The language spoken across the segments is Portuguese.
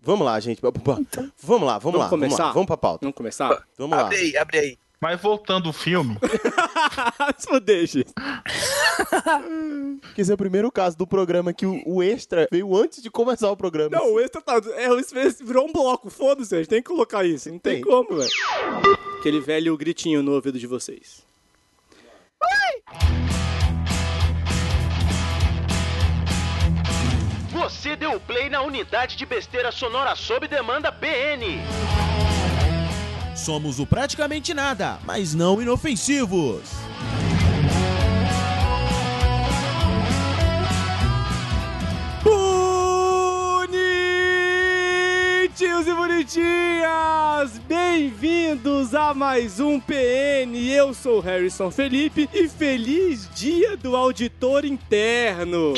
Vamos lá, gente. Vamos lá, vamos lá. Vamos, lá, vamos começar? lá. Vamos pra pauta. Vamos começar? Vamos lá. Abre aí, abre aí. Mas voltando ao filme, Ah, Se fudeu, gente. Porque esse é o primeiro caso do programa que o, o extra veio antes de começar o programa. Não, o extra tá. É, o extra virou um bloco. Foda-se, a gente tem que colocar isso. Não tem, Tem. como, velho. Aquele velho gritinho no ouvido de vocês. Você deu play na unidade de besteira sonora sob demanda BN. Somos o praticamente nada, mas não inofensivos. Bonitinhos e bonitinhas! Bem-vindos a mais um PN. Eu sou o Harrison Felipe e feliz dia do auditor interno.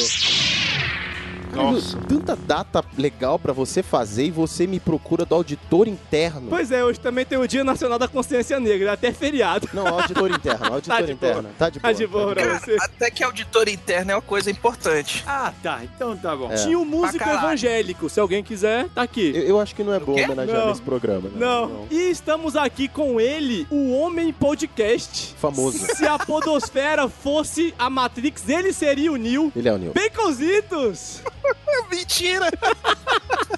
nossa, Tanta data legal pra você fazer e você me procura do auditor interno. Pois é, hoje também tem o Dia Nacional da Consciência Negra, até feriado. Não, auditor interno, auditor Tá de boa. interno. Tá de boa. Tá de boa pra você. É, Até que auditor interno é uma coisa importante. Ah, tá. Então tá bom. É. Tinha um músico caralho. evangélico, se alguém quiser, tá aqui. Eu, eu acho que não é bom quê? homenagear Não. nesse programa. né? Não. E estamos aqui com ele, o Homem Podcast. Famoso. Se a Podosfera fosse a Matrix, ele seria o Neil. Ele é o Nil. Baconzitos! Mentira!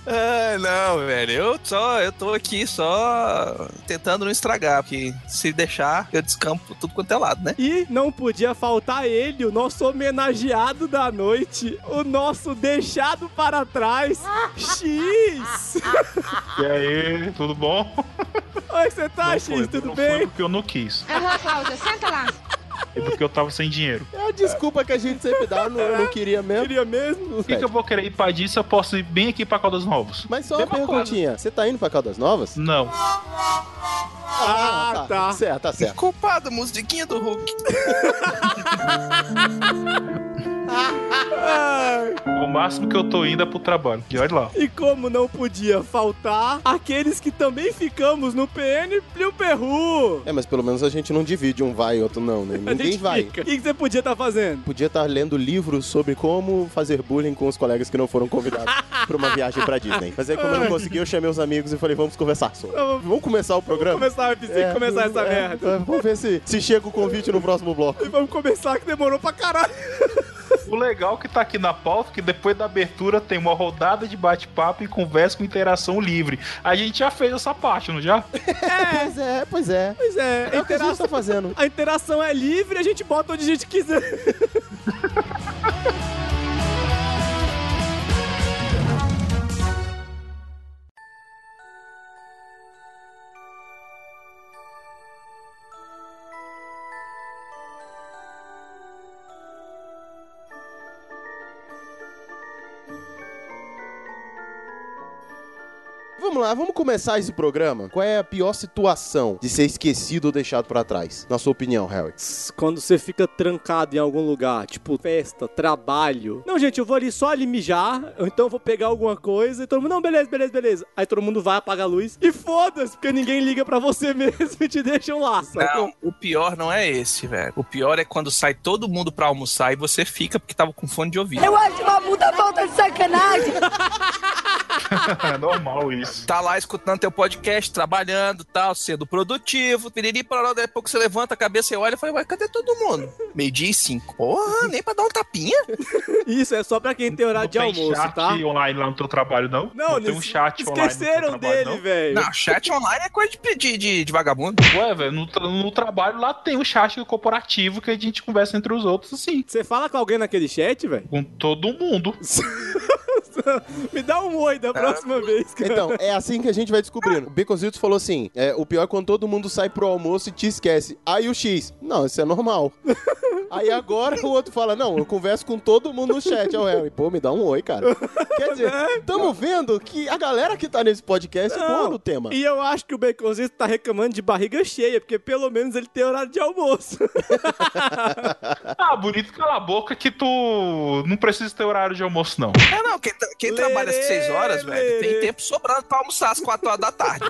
ah, não, velho. Eu só, eu tô aqui só tentando não estragar, porque se deixar, eu descampo tudo quanto é lado, né? E não podia faltar ele, o nosso homenageado da noite, o nosso deixado para trás, X! e aí, tudo bom? Oi, você tá, Não foi, X? Tudo não bem? Foi porque eu não quis, Aham, Cláudia, senta lá. é porque eu tava sem dinheiro. É a desculpa que a gente sempre dá, eu não, eu não queria mesmo. Queria mesmo? Por que, que eu vou querer ir pra disso? Eu posso ir bem aqui pra Caldas Novos. Mas só uma Mesma perguntinha. Você tá indo pra Caldas Novas? Não, Ah, tá. Certo, tá certo. Culpado, musiquinha do Hulk. o máximo que eu tô indo é pro trabalho. E olha lá. E como não podia faltar, aqueles que também ficamos no PN Plio Perru! É, mas pelo menos a gente não divide um vai e outro não, né? A Ninguém gente vai. fica. O que que você podia estar fazendo? Podia estar lendo livros sobre como fazer bullying com os colegas que não foram convidados pra uma viagem pra Disney. Mas aí, como eu não consegui, eu chamei os amigos e falei, vamos conversar sobre. Então Vamos- Vamos começar o programa? Começar, eu preciso É, começar essa é, merda. é, Vamos ver se, se chega o convite no próximo bloco. E vamos começar que demorou pra caralho. O legal que tá aqui na pauta é que depois da abertura tem uma rodada de bate-papo e conversa com interação livre. A gente já fez essa parte, não já? Pois é, pois é. Pois é, a É o que a gente interação, tá fazendo. a interação é livre, a gente bota onde a gente quiser. Vamos lá, vamos começar esse programa. Qual é a pior situação de ser esquecido ou deixado pra trás? Na sua opinião, Harry? Quando você fica trancado em algum lugar, tipo festa, trabalho. Não, gente, eu vou ali só ali mijar, ou então eu vou pegar alguma coisa e todo mundo, não, beleza, beleza, beleza. Aí todo mundo vai apagar a luz e foda-se, porque ninguém liga pra você mesmo e te deixam lá. sabe? Não, o pior não é esse, velho. O pior é quando sai todo mundo pra almoçar e você fica porque tava com fone de ouvido. acho uma puta falta de sacanagem. É normal isso. Tá lá escutando teu podcast, trabalhando tal, sendo produtivo, piriri, parará, daí a pouco você levanta a cabeça e olha e fala, ué, cadê todo mundo? Meio dia e cinco. Porra, nem pra dar um tapinha. Isso é só pra quem tem horário de não tem almoço, chat tá? online lá no teu trabalho, não? não tem um eles chat esqueceram online. no teu trabalho, dele, velho. Não, chat online é coisa de pedir de, de vagabundo. não? Ué, velho, no, tra- no trabalho lá tem o chat corporativo que a gente conversa entre os outros, assim. Você fala com alguém naquele chat, velho? Com todo mundo. Me dá um oi É. da próxima vez, cara. Então, é assim que a gente vai descobrindo. O Beconzitos falou assim: é, o pior é quando todo mundo sai pro almoço e te esquece. Aí o X, não, isso é normal. Aí agora o outro fala: não, eu converso com todo mundo no chat. É o Harry, pô, me dá um oi, cara. Quer dizer, Né? tamo vendo que a galera que tá nesse podcast Então, Não. boa no tema. E eu acho que o Baconzinho tá reclamando de barriga cheia, porque pelo menos ele tem horário de almoço. Ah, bonito, cala a boca que tu não precisa ter horário de almoço, não. É, não, quem, tra- quem trabalha às seis horas, velho, tem tempo sobrando pra almoçar às quatro horas da tarde.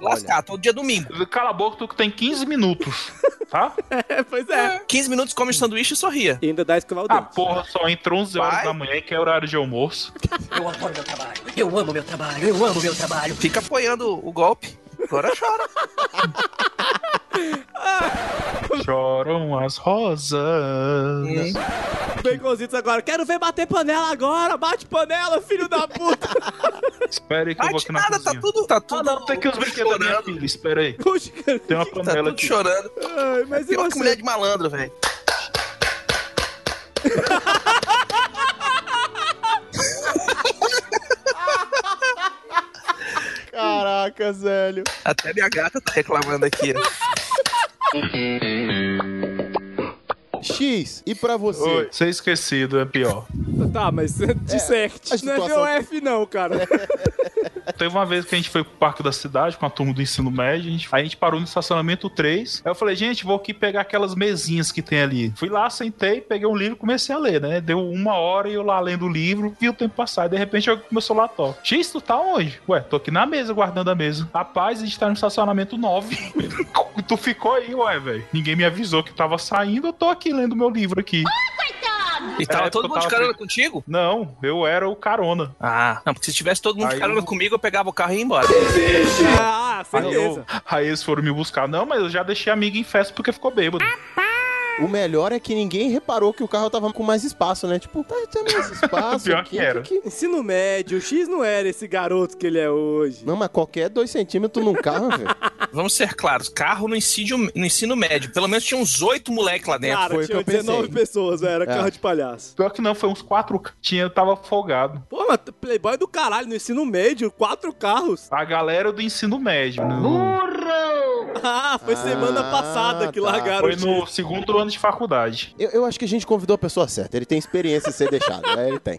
Lascar, todo dia domingo. Cala a boca, tu que tem 15 minutos. tá? É, pois é. 15 minutos, come sanduíche e sorria. E ainda dá escovar o Ah, dente. porra, só entra 11 horas Vai. da manhã, que é horário de almoço. Eu adoro meu trabalho. Eu amo meu trabalho. Eu amo meu trabalho. Fica apoiando o golpe. Agora chora. Choram as rosas. Uhum. Baconzitos agora. Quero ver bater panela agora. Bate panela, filho da puta. Espera aí que eu vou Bate aqui na nada, tá cozinha. tudo. Tá tudo. Ah, não, tem aqui os brinquedos da minha chorando. filha, espera aí. Puxa, cara. Tem uma Tá panela tudo aqui. chorando. Ai, mas e Pior que você? mulher de malandro, velho. Caraca, velho. Até minha gata tá reclamando aqui. ó. X, e pra você? Oi, ser esquecido é pior. Tá, mas disserte. a não é situação- É. meu F não, cara. Teve uma vez que a gente foi pro Parque da Cidade com a turma do ensino médio, a gente, aí a gente parou no estacionamento 3. Aí eu falei, gente, vou aqui pegar aquelas mesinhas que tem ali. Fui lá, sentei, peguei um livro e comecei a ler, né? Deu uma hora e eu lá lendo o livro, vi o tempo passar. De repente eu meu celular toca. X, tu tá onde? Ué, tô aqui na mesa, guardando a mesa. Rapaz, a gente tá no estacionamento 9. tu ficou aí, ué, velho. Ninguém me avisou que tava saindo, eu tô aqui lendo meu livro aqui. E tava É, todo mundo de porque tava carona feito. contigo? Não, eu era o carona. Ah, não, porque se tivesse todo mundo Aí de carona eu- comigo, eu pegava o carro e ia embora. Ah, Aí, eu, certeza. aí eles foram me buscar. Não, mas eu já deixei a amiga em festa porque ficou bêbado. O melhor é que ninguém reparou que o carro tava com mais espaço, né? Tipo, tá, tem mais espaço. Pior aqui, que era. aqui, aqui. Ensino médio, o X não era esse garoto que ele é hoje. Não, mas qualquer dois centímetros num carro, velho. Vamos ser claros, carro no ensino, no ensino médio. Pelo menos tinha uns oito moleques lá dentro. Cara, foi o tinha que eu 19 pensei. É. pessoas, velho. Era carro de palhaço. Pior que não, foi uns quatro ca- tinha, eu tava folgado. Pô, mas playboy do caralho, no ensino médio, quatro carros. A galera do ensino médio. né? Ah, foi semana Ah, passada que tá. largaram Foi o X. no segundo ano de faculdade. Eu, eu acho que a gente convidou a pessoa certa. Ele tem experiência em ser deixado. né? Ele tem.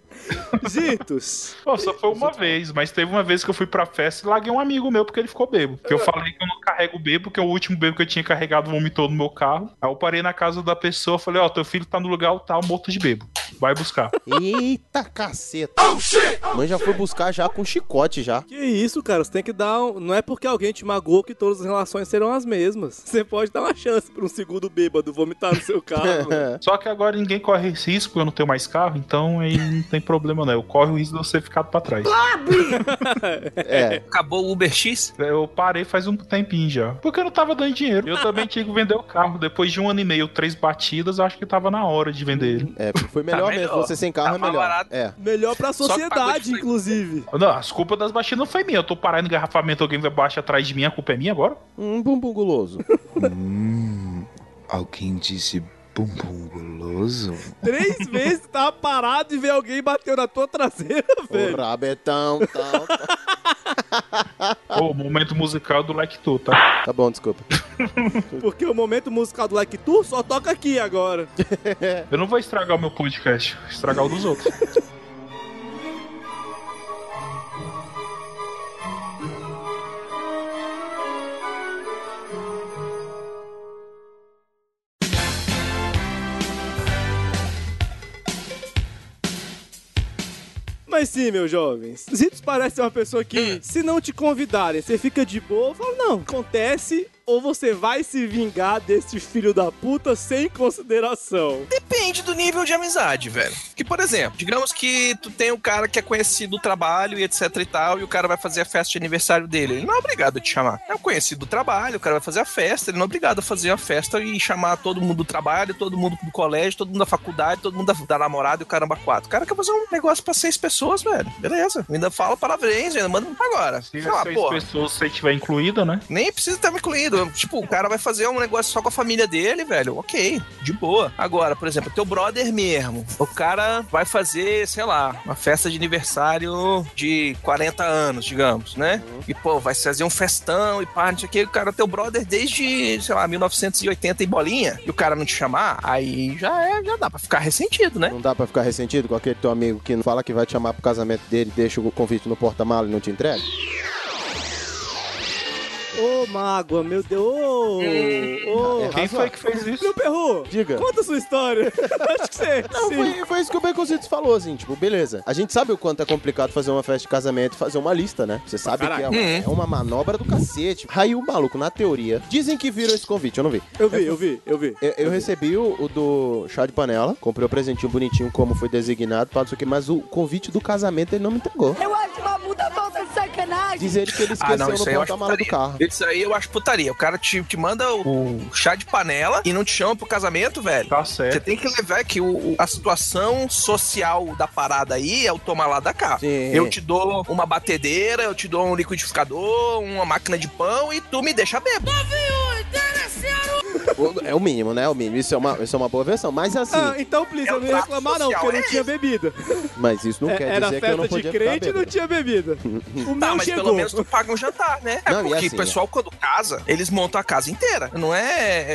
Zitos. Pô, só foi uma vez, mas teve uma vez que eu fui pra festa e larguei um amigo meu porque ele ficou bebo. Porque eu falei que eu não carrego bebo, porque o último bebo que eu tinha carregado vomitou no meu carro. Aí eu parei na casa da pessoa falei, ó, teu filho tá no lugar tal, morto de bebo. Vai buscar. Eita caceta. Oh, Mãe já foi buscar já com chicote já. Que isso, cara, você tem que dar. um- Não é porque alguém te magoou que todas as relações serão as mesmas. Você pode dar uma chance pra um segundo bêbado vomitar no seu Ah, carro. É. Só que agora ninguém corre esse risco, eu não tenho mais carro, então aí não tem problema, né? Eu corro o risco de eu ser ficado pra trás. é. Acabou o Uber X? Eu parei faz um tempinho já. Porque eu não tava dando dinheiro. Eu também tinha que vender o carro. Depois de um ano e meio, três batidas, eu acho que tava na hora de vender ele. É, foi melhor Tá mesmo. melhor. Você sem carro Tá é melhor. mais barato. É. Melhor pra Só que pagou sociedade, de- inclusive. Não, as culpas das batidas não foi minha. Eu tô parado no engarrafamento, alguém vai baixar atrás de mim, a culpa é minha agora? Um bumbum guloso. Alguém disse bumbum guloso? Três vezes tava parado e veio alguém e bateu na tua traseira, o velho. rabetão. Tal, tal. Ô, o momento musical do Like Tu, tá? Tá bom, desculpa. Porque o momento musical do Like Tu só toca aqui agora. Eu não vou estragar o meu podcast, vou estragar o dos outros. Mas sim, meus jovens. Zitos parece ser uma pessoa que, Hum. se não te convidarem, você fica de boa, fala, não, acontece, ou você vai se vingar desse filho da puta sem consideração. Depende do nível de amizade, velho. Que, por exemplo, digamos que tu tem um cara que é conhecido do trabalho e etc e tal, e o cara vai fazer a festa de aniversário dele. Ele não é obrigado a te chamar. É um conhecido do trabalho, o cara vai fazer a festa, ele não é obrigado a fazer a festa e chamar todo mundo do trabalho, todo mundo do colégio, todo mundo da faculdade, todo mundo da, da namorada e o caramba quatro. O cara quer fazer um negócio pra seis pessoas, velho. Beleza. Ainda fala parabéns, ainda manda agora. Se Sei lá, as seis porra. pessoas você tiver incluída, né? Nem precisa estar incluído. Tipo, o cara vai fazer um negócio só com a família dele, velho. Ok, de boa. Agora, por exemplo, teu brother mesmo. O cara vai fazer, sei lá, uma festa de aniversário de 40 anos, digamos, né? Uhum. E, pô, vai fazer um festão e pá, não sei o que. O cara é teu brother desde, sei lá, 1980 e bolinha. E o cara não te chamar, aí já, é, já dá pra ficar ressentido, né? Não dá pra ficar ressentido com aquele teu amigo que não fala que vai te chamar pro casamento dele, deixa o convite no porta-mala e não te entrega? Ô, mágoa, meu Deus. Ô, ô. É Quem foi que fez isso? Meu perru, Diga. conta a sua história. Acho que você... Não, sim. Ah, foi, foi isso que o Beconzitos falou, assim, tipo, beleza. A gente sabe o quanto é complicado fazer uma festa de casamento e fazer uma lista, né? Você sabe que é uma, é uma manobra do cacete. Aí o maluco, na teoria, dizem que viram esse convite, eu não vi. Eu vi, eu vi, eu vi. Eu, eu recebi o, o do chá de panela, comprei o presentinho bonitinho como foi designado, pá, não sei o quê, mas o convite do casamento ele não me entregou. Eu acho uma puta falta de sacanagem. Diz ele que ele esqueceu Ah, não, no isso aí eu acho porta-mala do carro. Isso aí eu acho putaria. O cara te, te manda o, o chá de panela e não te chama pro casamento, velho. Tá Você certo. tem que levar que o, o- a situação social da parada aí é o tomar lá da cá. Sim. Eu te dou uma batedeira, eu te dou um liquidificador, uma máquina de pão e tu me deixa bêbado. O- É o mínimo, né? O mínimo. Isso é uma, isso é uma boa versão. Mas assim, Ah, então, please, É eu um não ia trato reclamar não, social, porque eu é não tinha bebida. mas isso não É, quer Era dizer que eu não festa podia de ficar crente e bêbado. Uhum. não tinha bebida. O Tá, meu mas chegou. pelo menos tu paga um jantar, né? É Não, e porque assim, o pessoal, quando casa, eles montam a casa inteira. Não é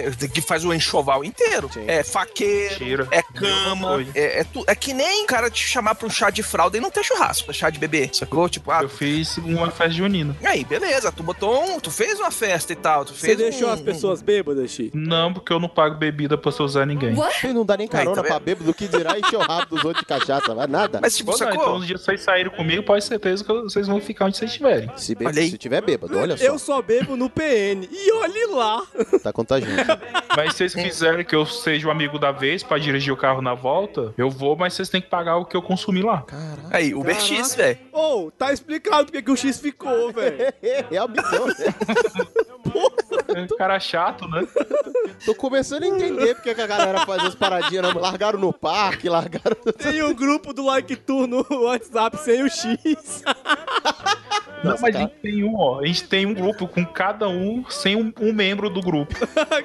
é que faz o enxoval inteiro. Sim. É faqueiro, Tira. é cama, Foi. é, é, tu- é que nem o cara te chamar pra um chá de fralda e não ter churrasco, é chá de bebê, sacou? Tipo, tá- ah, Eu fiz uma festa junina. aí, beleza, tu botou um, tu fez uma festa e tal, tu Você fez deixou um- as pessoas bêbadas, Chi? Não, porque eu não pago bebida pra você usar ninguém. Ele não dá nem carona Aí, tá pra bêbado, o que dirá encher o rabo dos outros de cachaça, vai nada. Mas tipo, Ou não, sacou? então, os dias que vocês saírem comigo, pode ter certeza que vocês vão ficar onde vocês estiverem. Se, bê- Olha aí. se tiver bêbado, olha Eu só, só bebo no PN. E olhe lá. tá contagiando. Mas se vocês quiserem que eu seja o amigo da vez pra dirigir o carro na volta, eu vou, mas vocês têm que pagar o que eu consumi lá. Aí, Uber X, velho. Ou, tá explicado porque que o X ficou, velho. é absurdo. É, Cara chato, né? Tô começando a entender porque que a galera faz as paradinhas, né? largaram no parque, largaram... Tem um grupo do Like Tour no WhatsApp sem o X. Não, Nossa, mas a cara. gente tem um, ó. A gente tem um grupo com cada um sem um, um membro do grupo.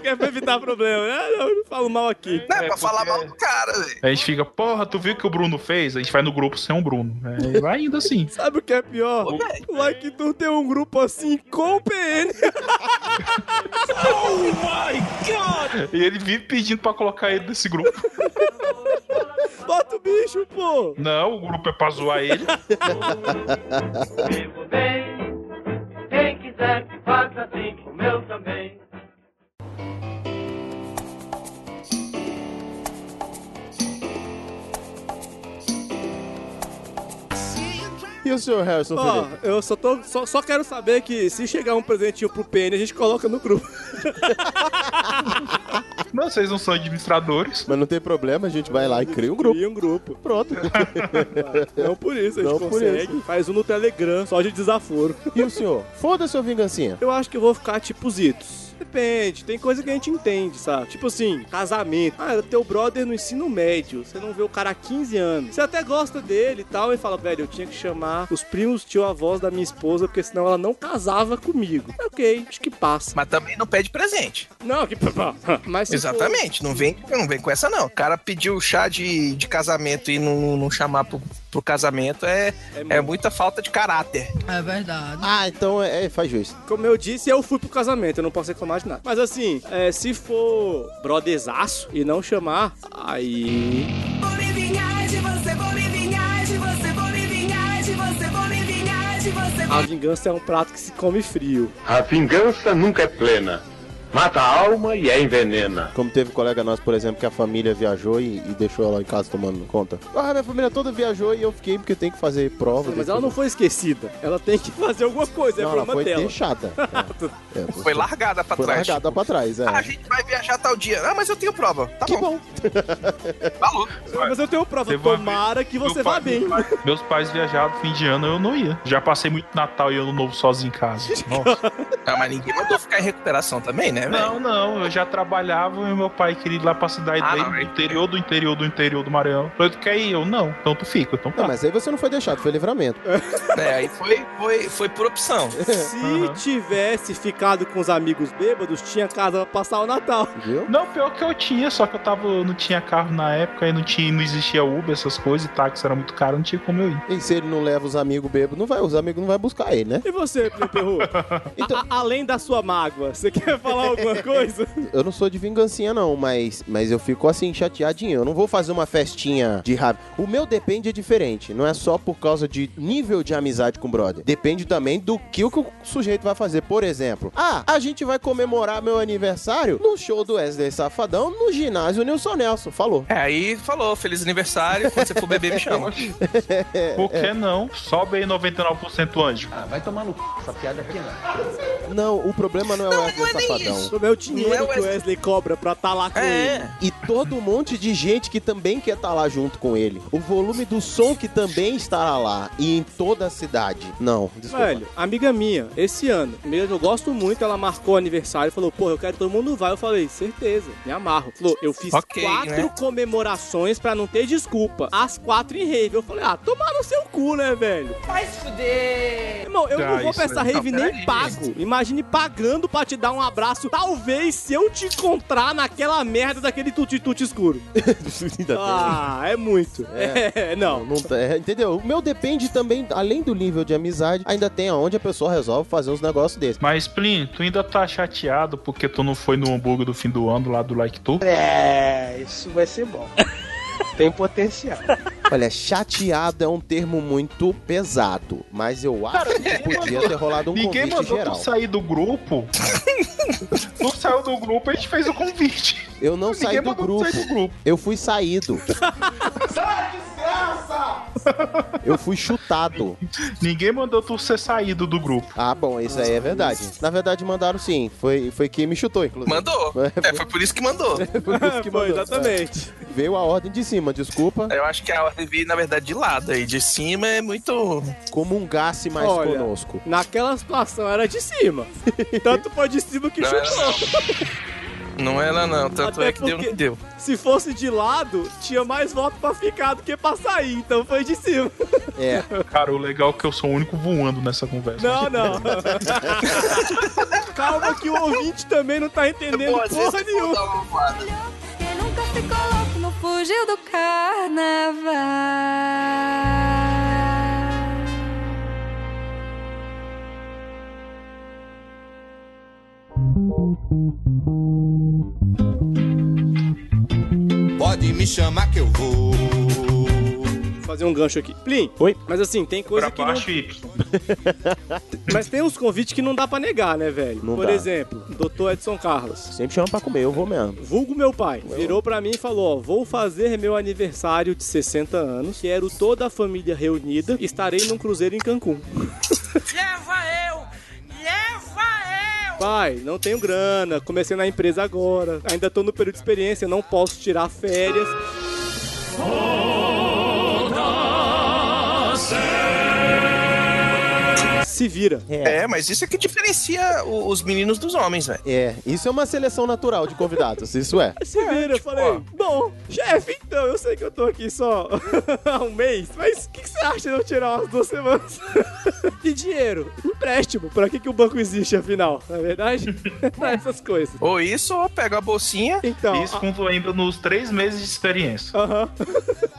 Que é pra evitar problema, né? Não, eu não falo mal aqui. Não é, É, pra falar porque- mal do cara, velho. A gente fica, porra, tu viu o que o Bruno fez? A gente vai no grupo sem o Bruno. É, vai ainda assim. Sabe o que é pior? Ô, velho. O Like Tour tem um grupo assim com o PN. E ele vive pedindo pra colocar ele nesse grupo. Bota o bicho, pô. Não, o grupo é pra zoar ele. Quem quiser que faça assim, o meu também. E o senhor Harrison Ó, Felipe? eu só, tô, só, só quero saber que se chegar um presentinho pro PN, a gente coloca no grupo. Não, vocês não são administradores. Mas não tem problema, a gente vai lá e cria um grupo. E um grupo. Pronto. Não por isso, a gente Não por consegue. Faz um no Telegram, só de desaforo. E o senhor? Foda-se, ô vingancinha. Eu acho que eu vou ficar tipo Zitos. Depende, tem coisa que a gente entende, sabe? Tipo assim, casamento. Ah, teu brother no ensino médio, você não vê o cara há 15 anos. Você até gosta dele e tal, e fala, velho, eu tinha que chamar os primos tio-avós da minha esposa, porque senão ela não casava comigo. Ok, acho que passa. Mas também não pede presente. Não, que... Mas se for- Exatamente. Não vem, não vem com essa, não. O cara pediu chá de, de casamento e não, não chamar pro, pro casamento é, é, muita falta de caráter. É verdade. Ah, então é, é, faz juiz. Como eu disse, eu fui pro casamento, eu não posso reclamar de nada. Mas assim, é, se for brotherzaço e não chamar, aí. A vingança é um prato que se come frio. A vingança nunca é plena. Mata a alma e a envenena. Como teve colega nosso, por exemplo, que a família viajou e, e deixou ela em casa tomando conta. Ah, minha família toda viajou e eu fiquei porque tem que fazer prova. tem Mas que ela não foi esquecida. Ela tem que fazer alguma fazer- coisa, é Não, ela problema foi dela. deixada. É. É, Foi largada pra Foi trás. largada pra trás, é. Ah, a gente vai viajar tal dia. Ah, mas eu tenho prova. Tá Que bom. Tá bom. Falou. Mas eu tenho prova. Teve uma Tomara que você Meu vá pai- bem. Meus pais viajaram fim de ano, eu não ia. Já passei muito Natal e Ano Novo sozinho em casa. Nossa. Ah, mas ninguém mandou ficar em recuperação também, né, velho? Não, não, eu já trabalhava e meu pai queria ir lá pra cidade Ah, dele, não, do é- interior do interior do interior do Maranhão. Eu falei, tu quer ir? Eu, não. Então tu fica, então tá. Não, mas aí você não foi deixado, foi livramento. É, aí foi, foi, foi por opção. Se Aham. tivesse ficado com os amigos bêbados, tinha casa pra passar o Natal. Viu? Não, pior que eu tinha, só que eu tava, eu não tinha carro na época e não tinha, não existia Uber, essas coisas, e táxi era muito caro, não tinha como eu ir. E se ele não leva os amigos bêbados, não vai, os amigos não vai buscar ele, né? E você, Plio Perru? Então- A- a- além da sua mágoa, você quer falar alguma coisa? Eu não sou de vingancinha, não, mas, mas eu fico assim, chateadinho. Eu não vou fazer uma festinha de raiva. O meu depende é diferente. Não é só por causa de nível de amizade com o brother. Depende também do que o, que o sujeito vai fazer. Por exemplo, ah, a gente vai comemorar meu aniversário no show do Wesley Safadão no ginásio Nilson Nelson. Falou. É, aí falou, feliz aniversário, quando você for beber, me chama. É, Por que não? Sobe aí 99% anjo. Não, o problema não é o Wesley Safadão. O meu dinheiro Não é o que o Wesley cobra pra tá lá com ele. É, E todo um monte de gente que também quer estar lá junto com ele. O volume do som que também estará lá. E em toda a cidade. Não, desculpa. Velho, amiga minha, esse ano, amiga que eu gosto muito, ela marcou o aniversário e falou, porra, eu quero que todo mundo vai. Eu falei, certeza, me amarro. Falou, eu fiz Ok, quatro né? comemorações pra não ter desculpa. As quatro em rave. Eu falei, ah, tomar no seu cu, né, velho? Vai se fuder. Irmão, eu Ah, não vou isso pra essa aí. rave Não, nem peraí. pago. Imagine pagando pra te dar um abraço. Talvez se eu te encontrar naquela merda daquele tuti-tuti escuro. Ainda tem. Ah, é muito. É, não. Não tá- é, entendeu? O meu depende também, além do nível de amizade, ainda tem aonde a pessoa resolve fazer uns negócios desses. Mas, Plin, tu ainda tá chateado porque tu não foi no hambúrguer do fim do ano lá do Like Tu? É, isso vai ser bom. Tem potencial. Olha, chateado é um termo muito pesado, mas eu acho que podia ter rolado um Ninguém convite mandou geral. tu sair do grupo. tu saiu do grupo, a gente fez o convite. Eu não saí Ninguém do mandou grupo, tu sair do grupo. eu fui saído. Eu fui chutado. Ninguém mandou tu ser saído do grupo. Ah, bom, isso aí é verdade. Na verdade, mandaram sim. Foi, foi quem me chutou, inclusive. mandou. É, foi por isso que mandou. Foi é isso que Foi, mandou. exatamente. É, Veio a ordem de cima, desculpa. Eu acho que a ordem veio, na verdade, de lado aí. De cima é muito. Comungasse um mais Olha. conosco. Naquela situação era de cima. Tanto foi de cima que Não era, chutou. não. Não era, não. Tanto Até é que deu no porque- que deu. Se fosse de lado, tinha mais voto pra ficar do que pra sair, então foi de cima. É, Cara, o legal é que eu sou o único voando nessa conversa. Não, não. Calma que o ouvinte também não tá entendendo Pô, às vezes porra você nenhuma. pode dar uma voada. Quem nunca ficou louco não fugiu do carnaval. Pode me chamar que eu vou. Vou fazer um gancho aqui. Plim. Oi? Mas assim, tem coisa Pra que não... Então, baixo e Y. Mas tem uns convites que não dá pra negar, né, velho? Não Por dá. exemplo, Dr. Edson Carlos. sempre chama pra comer, eu vou mesmo. Vulgo meu pai. Virou pra mim e falou: ó, vou fazer meu aniversário de 60 anos. Quero toda a família reunida. Estarei num cruzeiro em Cancún. Leva eu! Leva Pai, não tenho grana, comecei na empresa agora, ainda tô no período de experiência, não posso tirar férias. Se vira. É, mas isso é que diferencia o- os meninos dos homens, velho. É, isso é uma seleção natural de convidados, isso é. Se vira, eu falei, bom, chefe, então, eu sei que eu tô aqui só há um mês, mas o que, que você acha de eu tirar umas duas semanas? e dinheiro? Empréstimo, pra que, que o banco existe, afinal? Não é verdade? Essas coisas. Ou isso, ou pega a bolsinha. Então, Isso a- Ah. com ainda nos três meses de experiência. aham.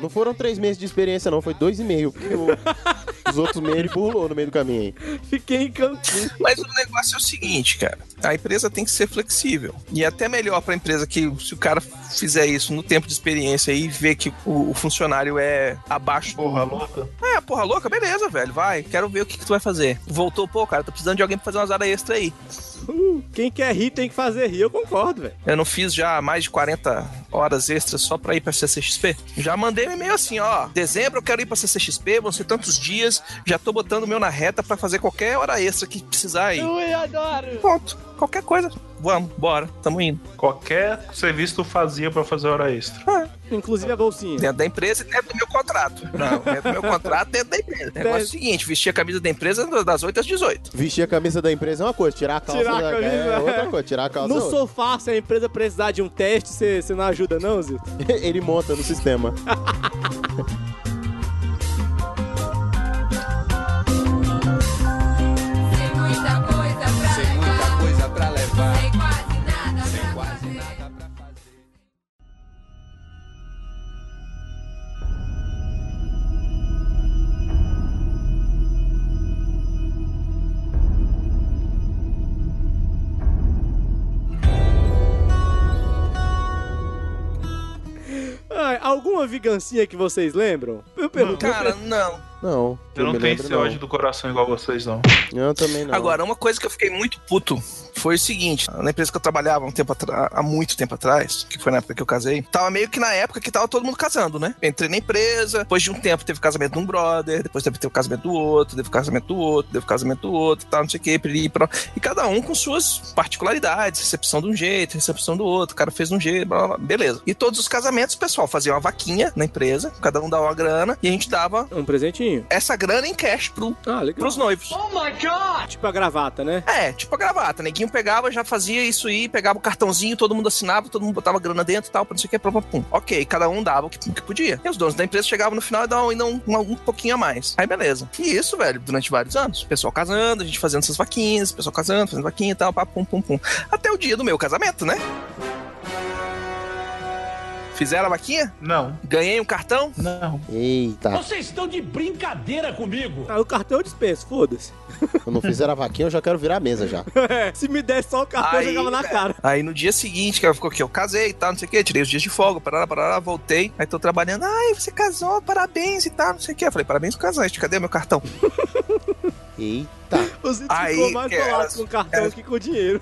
Não foram três meses de experiência, não, foi dois e meio. Porque o- os outros meio ele burlou no meio do caminho. hein? fiquei em Cancún. Mas o negócio é o seguinte, cara. A empresa tem que ser flexível. E é até melhor pra empresa que, se o cara fizer isso no tempo de experiência e ver que o, o funcionário é abaixo do Porra louca. É, porra louca, beleza, velho. Vai, quero ver o que, que tu vai fazer. Voltou, pô, cara, tô precisando de alguém pra fazer umas horas extra aí. Uh, quem quer rir tem que fazer rir, eu concordo, velho. Eu não fiz já mais de 40 horas extras só pra ir pra CCXP. Já mandei um e-mail assim, ó. Dezembro eu quero ir pra CCXP, vão ser tantos dias. Já tô botando o meu na reta pra fazer qualquer hora extra que precisar aí. Eu adoro. Pronto, qualquer coisa. Vamos, bora, tamo indo. Qualquer serviço tu fazia pra fazer hora extra. Inclusive a bolsinha. Dentro da empresa e dentro do meu contrato. Não, dentro do meu contrato, dentro da empresa. O negócio é o seguinte: vestir a camisa da empresa das 8 às 18. Vestir a camisa da empresa é uma coisa, tirar a calça Tirar a da camisa, é é. outra coisa, tirar a calça. é No outra. sofá, se a empresa precisar de um teste, você você não ajuda, não, Zito? Ele monta no sistema. Ela uma vingancinha que vocês lembram? Eu pergunto. Cara, não. Não. Eu não me tenho lembro, esse não. ódio do coração igual vocês, não. Eu também não. Agora, uma coisa que eu fiquei muito puto foi o seguinte: na empresa que eu trabalhava um tempo atra- há muito tempo atrás, que foi na época que eu casei, tava meio que na época que tava todo mundo casando, né? Entrei na empresa, depois de um tempo teve casamento de um brother, depois teve teve o casamento do outro, teve o casamento do outro, teve o casamento do outro, tal, não sei o que, piriri, piró. e cada um com suas particularidades, recepção de um jeito, recepção do outro, o cara fez de um jeito, blá, blá, blá. beleza. E todos os casamentos, o pessoal fazia uma vaquinha na empresa, cada um dava uma grana e a gente dava Um presentinho. essa grana em cash pro, Ah, legal. pros noivos. Tipo a gravata, né? É, tipo a gravata. Neguinho pegava, já fazia isso aí, pegava o cartãozinho, todo mundo assinava, todo mundo botava grana dentro e tal, pra não sei o que, pum, pum, pum. Ok, cada um dava o que, o que podia. E os donos da empresa chegavam no final e davam ainda um, um, um pouquinho a mais. Aí beleza. E isso, velho, durante vários anos. O pessoal casando, a gente fazendo essas vaquinhas, o pessoal casando, fazendo vaquinha e tal, pá, pum, pum, pum. Até o dia do meu casamento, né? Fizeram a vaquinha? Não, Ganhei um cartão? não. Eita, Vocês estão de brincadeira comigo! Ah, o cartão eu dispenso, foda-se. eu não fizeram a vaquinha, eu já quero virar a mesa já. É, Se me der só o cartão, eu Aí, é. jogava na velho. cara. Aí no dia seguinte, que eu ficou aqui, eu casei e tal, não sei o que, tirei os dias de folga, parará, parará, voltei. Aí tô trabalhando, ai, você casou, parabéns e tal, não sei o que. Eu falei, parabéns pro casante, cadê meu cartão? Eita, Você Aí, é, ficou mais que bolado era- com o cartão que com o dinheiro.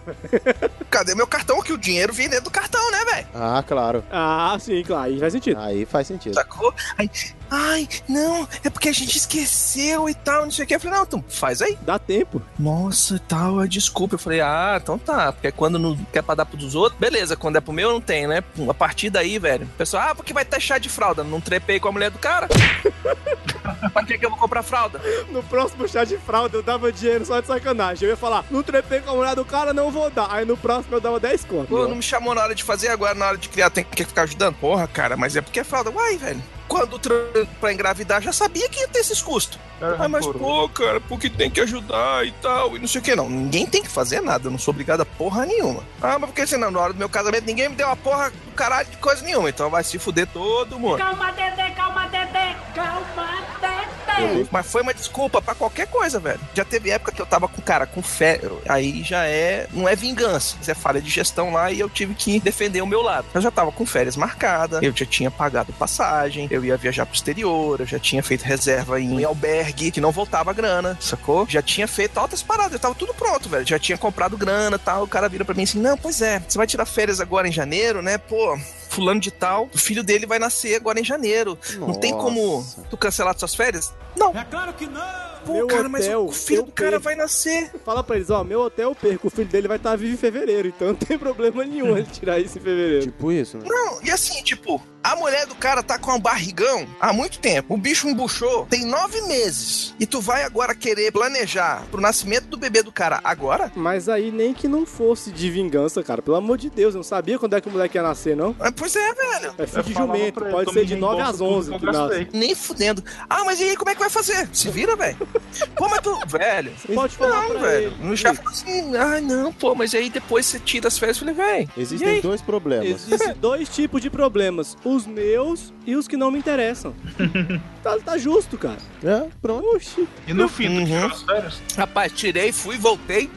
Cadê meu cartão? Que o dinheiro vinha dentro do cartão, né, velho? ah, claro. Ah, sim, claro. Aí faz sentido. Aí faz sentido. Sacou? Aí, ai, não, é porque a gente esqueceu e tal, não sei o que. Eu falei, não, então faz aí. Dá tempo. Nossa, e tal, é desculpa. Eu falei, ah, então tá, porque quando não quer pra dar pros outros, beleza, quando é pro meu não tem, né? Pum, A partir daí, velho, o pessoal, ah, porque vai taxar de fralda. Não trepei com a mulher do cara? pra que que eu vou comprar fralda? No próximo chá de fralda eu dava dinheiro só de sacanagem. Eu ia falar, não trepei com a mulher do cara, não vou dar. Aí no próximo eu dava 10 conto. Pô, não me chamou na hora de fazer, agora na hora de criar tem que ficar ajudando? Porra, cara, mas é porque é fralda. Uai, velho. Quando o tran- pra engravidar, já sabia que ia ter esses custos. Era Ah, mas pô, rancoroso. cara, porque tem que ajudar e tal, e não sei o que. Não, ninguém tem que fazer nada, eu não sou obrigado a porra nenhuma. Ah, mas porque senão, na hora do meu casamento, ninguém me deu uma porra do caralho de coisa nenhuma. Então vai se fuder todo mundo. Calma, Dedé, calma, Dedé, calma, Dedé. Mas foi uma desculpa pra qualquer coisa, velho. Já teve época que eu tava com cara, com fé. eu- Aí já é. Não é vingança. Isso é falha de gestão lá e eu tive que defender o meu lado. Eu já tava com férias marcada, eu já tinha pagado passagem, eu ia viajar pro exterior, eu já tinha feito reserva em, em albergue, que não voltava grana, sacou? Já tinha feito altas paradas, eu tava tudo pronto, velho. Já tinha comprado grana e tal. O cara vira pra mim assim: não, pois é, você vai tirar férias agora em janeiro, né? Pô, fulano de tal, o filho dele vai nascer agora em janeiro. Não tem como Nossa. tu cancelar suas férias? É claro que não! Pô, Meu cara, mas hotel, o filho eu do cara perco. vai nascer. Fala pra eles, ó, meu hotel eu perco, o filho dele vai estar vivo em fevereiro, então não tem problema nenhum ele tirar isso em fevereiro. Tipo isso, né? Não, e assim, tipo, a mulher do cara tá com um barrigão há muito tempo. O bicho embuchou, tem nove meses. E tu vai agora querer planejar pro nascimento do bebê do cara agora? Mas aí nem que não fosse de vingança, cara, pelo amor de Deus, eu não sabia quando é que o moleque ia nascer, não. Ah, Pois é, velho. É filho Eu de falava jumento, pra ele, pode "Toma ser de um 9 às reembolso por 11 tudo que que eu nasce. gastei." Nem fudendo. Ah, mas e aí, como é que vai fazer? Se vira, velho. Pô, mas tu. Velho. Você pode falar Não, pra velho. ele. No chefe falou assim, ah, não, pô, mas aí depois você tira as férias. Eu falei, velho. Existem dois problemas. Existem dois tipos de problemas, os meus e os que não me interessam. tá, tá justo, cara. É, pronto. Oxi. E no fim, Uhum. tu tirou as férias? Rapaz, tirei, fui, voltei.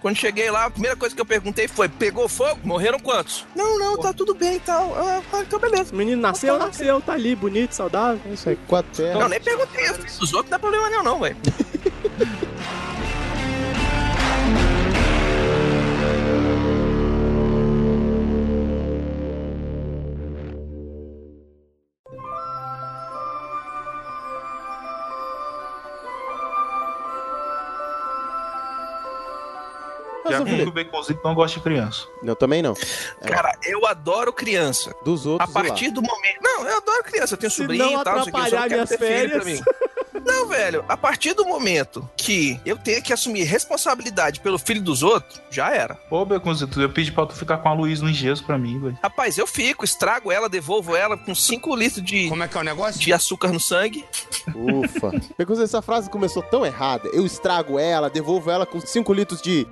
Quando cheguei lá, a primeira coisa que eu perguntei foi: pegou fogo? Morreram quantos? Não, não, tá tudo bem e tal. Ah, ah, então beleza. O menino nasceu, nasceu, tá ali, bonito, saudável. É Isso aí, com a terra. Não, nem perguntei isso. Os outros não dá problema nenhum, não, velho. Mas Já eu, vi que o falei, baconzinho não gosta de criança. eu também não. É. Cara, eu adoro criança. Dos A outros. e lá. partir do momento. Não, eu adoro criança. Eu tenho Se sobrinho não e tal, não sei o que. Eu só não atrapalhar quero ter filho pra minhas mim. Não, velho. A partir do momento que eu tenho que assumir responsabilidade pelo filho dos outros, já era. Ô, Baconzinho, eu pedi pra tu ficar com a Luiz no engesso pra mim, velho. Rapaz, eu fico, estrago ela, devolvo ela com 5 litros de, Como é que é o negócio? de açúcar no sangue. Ufa. Porque essa frase começou tão errada. Eu estrago ela, devolvo ela com 5 litros de.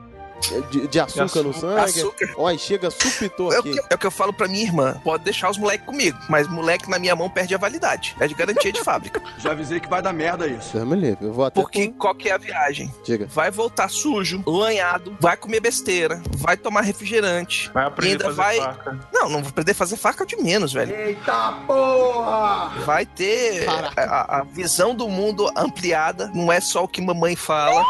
De, de açúcar açúcar. no sangue. Açúcar. Olha, chega, supitou É o, aqui. que, é o que eu falo pra minha irmã. Pode deixar os moleques comigo, mas moleque na minha mão perde a validade. É de garantia de fábrica. Já avisei que vai dar merda isso. Deus me livre, é eu vou até... Uhum. Porque qual que é a viagem? Diga. Vai voltar sujo, lanhado, vai comer besteira, vai tomar refrigerante. Vai aprender e a ainda fazer vai. É faca. Não, não vai aprender a fazer faca de menos, velho. Eita porra! Vai ter a, a- a visão do mundo ampliada, não é só o que mamãe fala.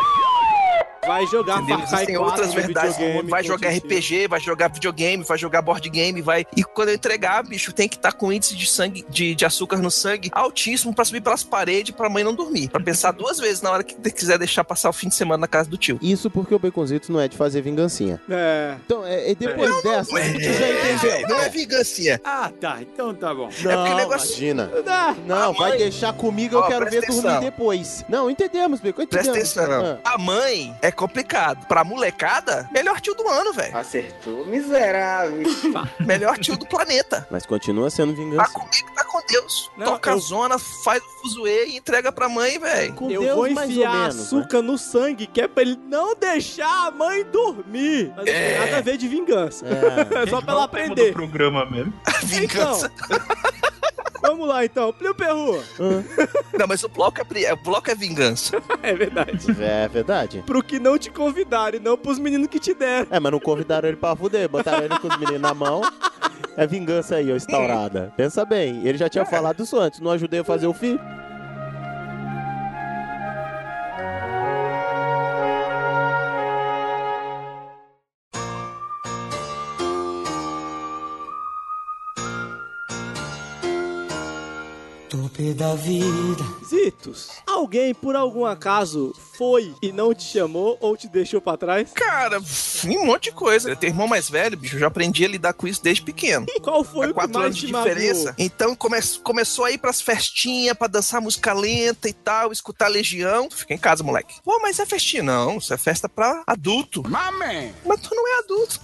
Vai jogar Entendeu? Far Cry Existem 4 outras no verdades do videogame, mundo. Vai então, jogar assim, RPG, vai jogar videogame, vai jogar board game, vai. E quando eu entregar, bicho, tem que estar com índice de sangue, de, de açúcar no sangue altíssimo pra subir pelas paredes pra mãe não dormir. Pra pensar duas vezes na hora que quiser deixar passar o fim de semana na casa do tio. Isso porque o Baconzitos não é de fazer vingancinha. É. Então, é, é depois dessa, você já entendeu. Não é vingancinha. Ah, tá. Então tá bom. Não, É porque o negócio- imagina. Ah, Não, A vai mãe- deixar comigo, eu Ó, quero presta ver dormir atenção. depois. Não, entendemos, Bacon, Presta entendemos. Ah. atenção. A mãe é complicado. Pra molecada, melhor tio do ano, velho. Acertou, miserável. Melhor tio do planeta. Ah, Mas continua sendo Tá vingança. comigo, tá com Deus. Não, Toca eu- a zona, faz o fuzuê e entrega pra mãe, velho. Com eu Deus, vou mais ou enfiar né? menos, açúcar no sangue, que é pra ele não deixar a mãe dormir. Mas não É. tem nada a ver de vingança. né? É, só pra ela Volta aí, muda o aprender. programa mesmo. Então, Vingança. Vamos lá então. Plio Perru. Não, mas o bloco é, pri- o bloco é vingança. É verdade. É, é verdade. Pro que não te convidaram e não pros meninos que te deram. É, mas não convidaram ele pra fuder, botaram ele com os meninos na mão. É vingança aí, ó, instaurada. Pensa bem, ele já tinha falado isso antes, não ajudei a fazer o filho. Zitos, alguém por algum acaso foi e não te chamou ou te deixou pra trás? Cara, um monte de coisa. Eu tenho irmão mais velho, bicho. Eu já aprendi a lidar com isso desde pequeno. Qual foi Há o que É quatro mais anos te de magoou? diferença. Então come- começou a ir pras festinhas pra dançar música lenta e tal, escutar Legião. Fica em casa, moleque. Pô, mas é festinha? Não, isso é festa pra adulto. Mas tu não é adulto.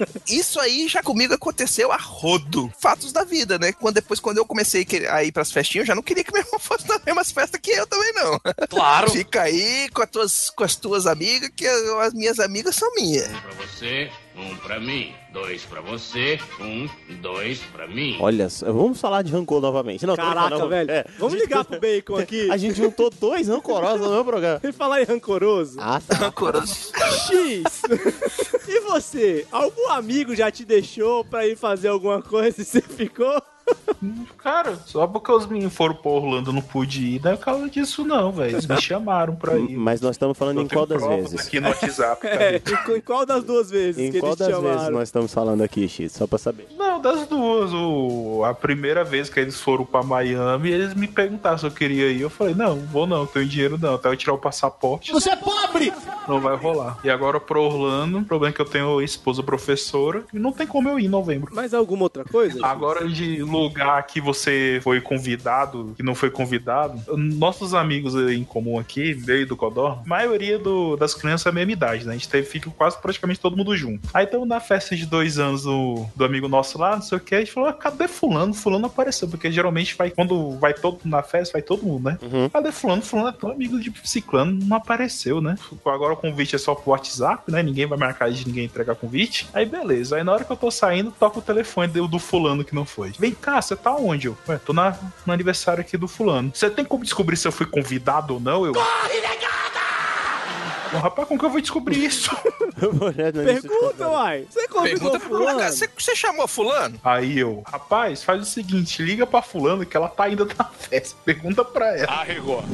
Isso aí já comigo aconteceu a rodo. Fatos da vida, né? Quando depois, quando eu comecei que- a ir pras festinhas, eu já não queria que meu irmão fosse nas mesmas festas que eu também, não. Claro. Fica aí com, as tuas- com as tuas amigas, que eu- as minhas amigas são minhas. Pra você, um pra mim. Dois pra você, um, dois pra mim. Olha, só, vamos falar de rancor novamente. Não, tô Caraca, brincando, não. velho. É, Vamos ligar pro Bacon aqui. a gente juntou dois rancorosos no meu programa. E falar em rancoroso. Ah, tá. Rancoroso. X! e você? Algum amigo já te deixou pra ir fazer alguma coisa e você ficou? Cara, só porque os meninos foram pra Orlando eu não pude ir, não é por causa disso, não, velho. Eles me chamaram pra ir. Mas nós estamos falando Eu em tenho qual das provas vezes? Aqui no WhatsApp, tá É, cara. em qu- em qual das duas vezes Em que qual eles te das vezes chamaram? nós estamos falando aqui, X? Só pra saber. Não, das duas. O... A primeira vez que eles foram pra Miami, eles me perguntaram se eu queria ir. Eu falei, não, vou não, tenho dinheiro não. Até eu tirar o passaporte. Você é pobre! Não vai rolar. E agora pro Orlando, o problema é que eu tenho esposa professora e não tem como eu ir em novembro. Mais alguma outra coisa? Agora de lugar que você foi convidado, que não foi convidado, nossos amigos em comum aqui, meio do Codó, a maioria do- das crianças é a mesma idade, né? A gente teve, fica quase praticamente todo mundo junto. Aí estamos na festa de dois anos do, do amigo nosso lá, não sei o que, a gente falou, "Ah, cadê fulano? Fulano apareceu, porque geralmente vai, quando vai todo mundo na festa, vai todo mundo, né? Cadê fulano? Fulano é tão amigo de ciclano, não apareceu, né? Agora o convite é só pro WhatsApp, né? Ninguém vai marcar de ninguém entregar convite. Aí beleza. Aí na hora que eu tô saindo, toca o telefone do, do fulano que não foi. Vem cá, você tá onde? Eu, Ué, tô na, no aniversário aqui do fulano. Você tem como descobrir se eu fui convidado ou não? Eu... Corre, negada! Rapaz, como que eu vou descobrir isso? Pergunta, uai. Você convidou Pergunta pra fulano? molecada, você, você chamou fulano? Aí eu, rapaz, faz o seguinte, liga pra fulano que ela tá ainda na festa. Pergunta pra ela. Arregou.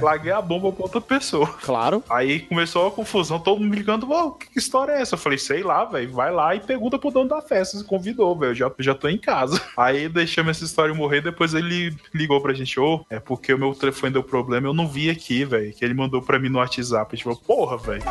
Larguei a bomba pra outra pessoa. Claro. Aí começou a confusão, todo mundo me ligando, "Ô, que que história é essa? Eu falei, sei lá, velho, vai lá e pergunta pro dono da festa, se convidou, velho, eu já, já tô em casa. Aí deixamos essa história morrer, depois ele ligou pra gente, ô, é porque o meu telefone deu problema, eu não vi aqui, velho, que ele mandou pra mim no WhatsApp, a gente falou, porra, velho.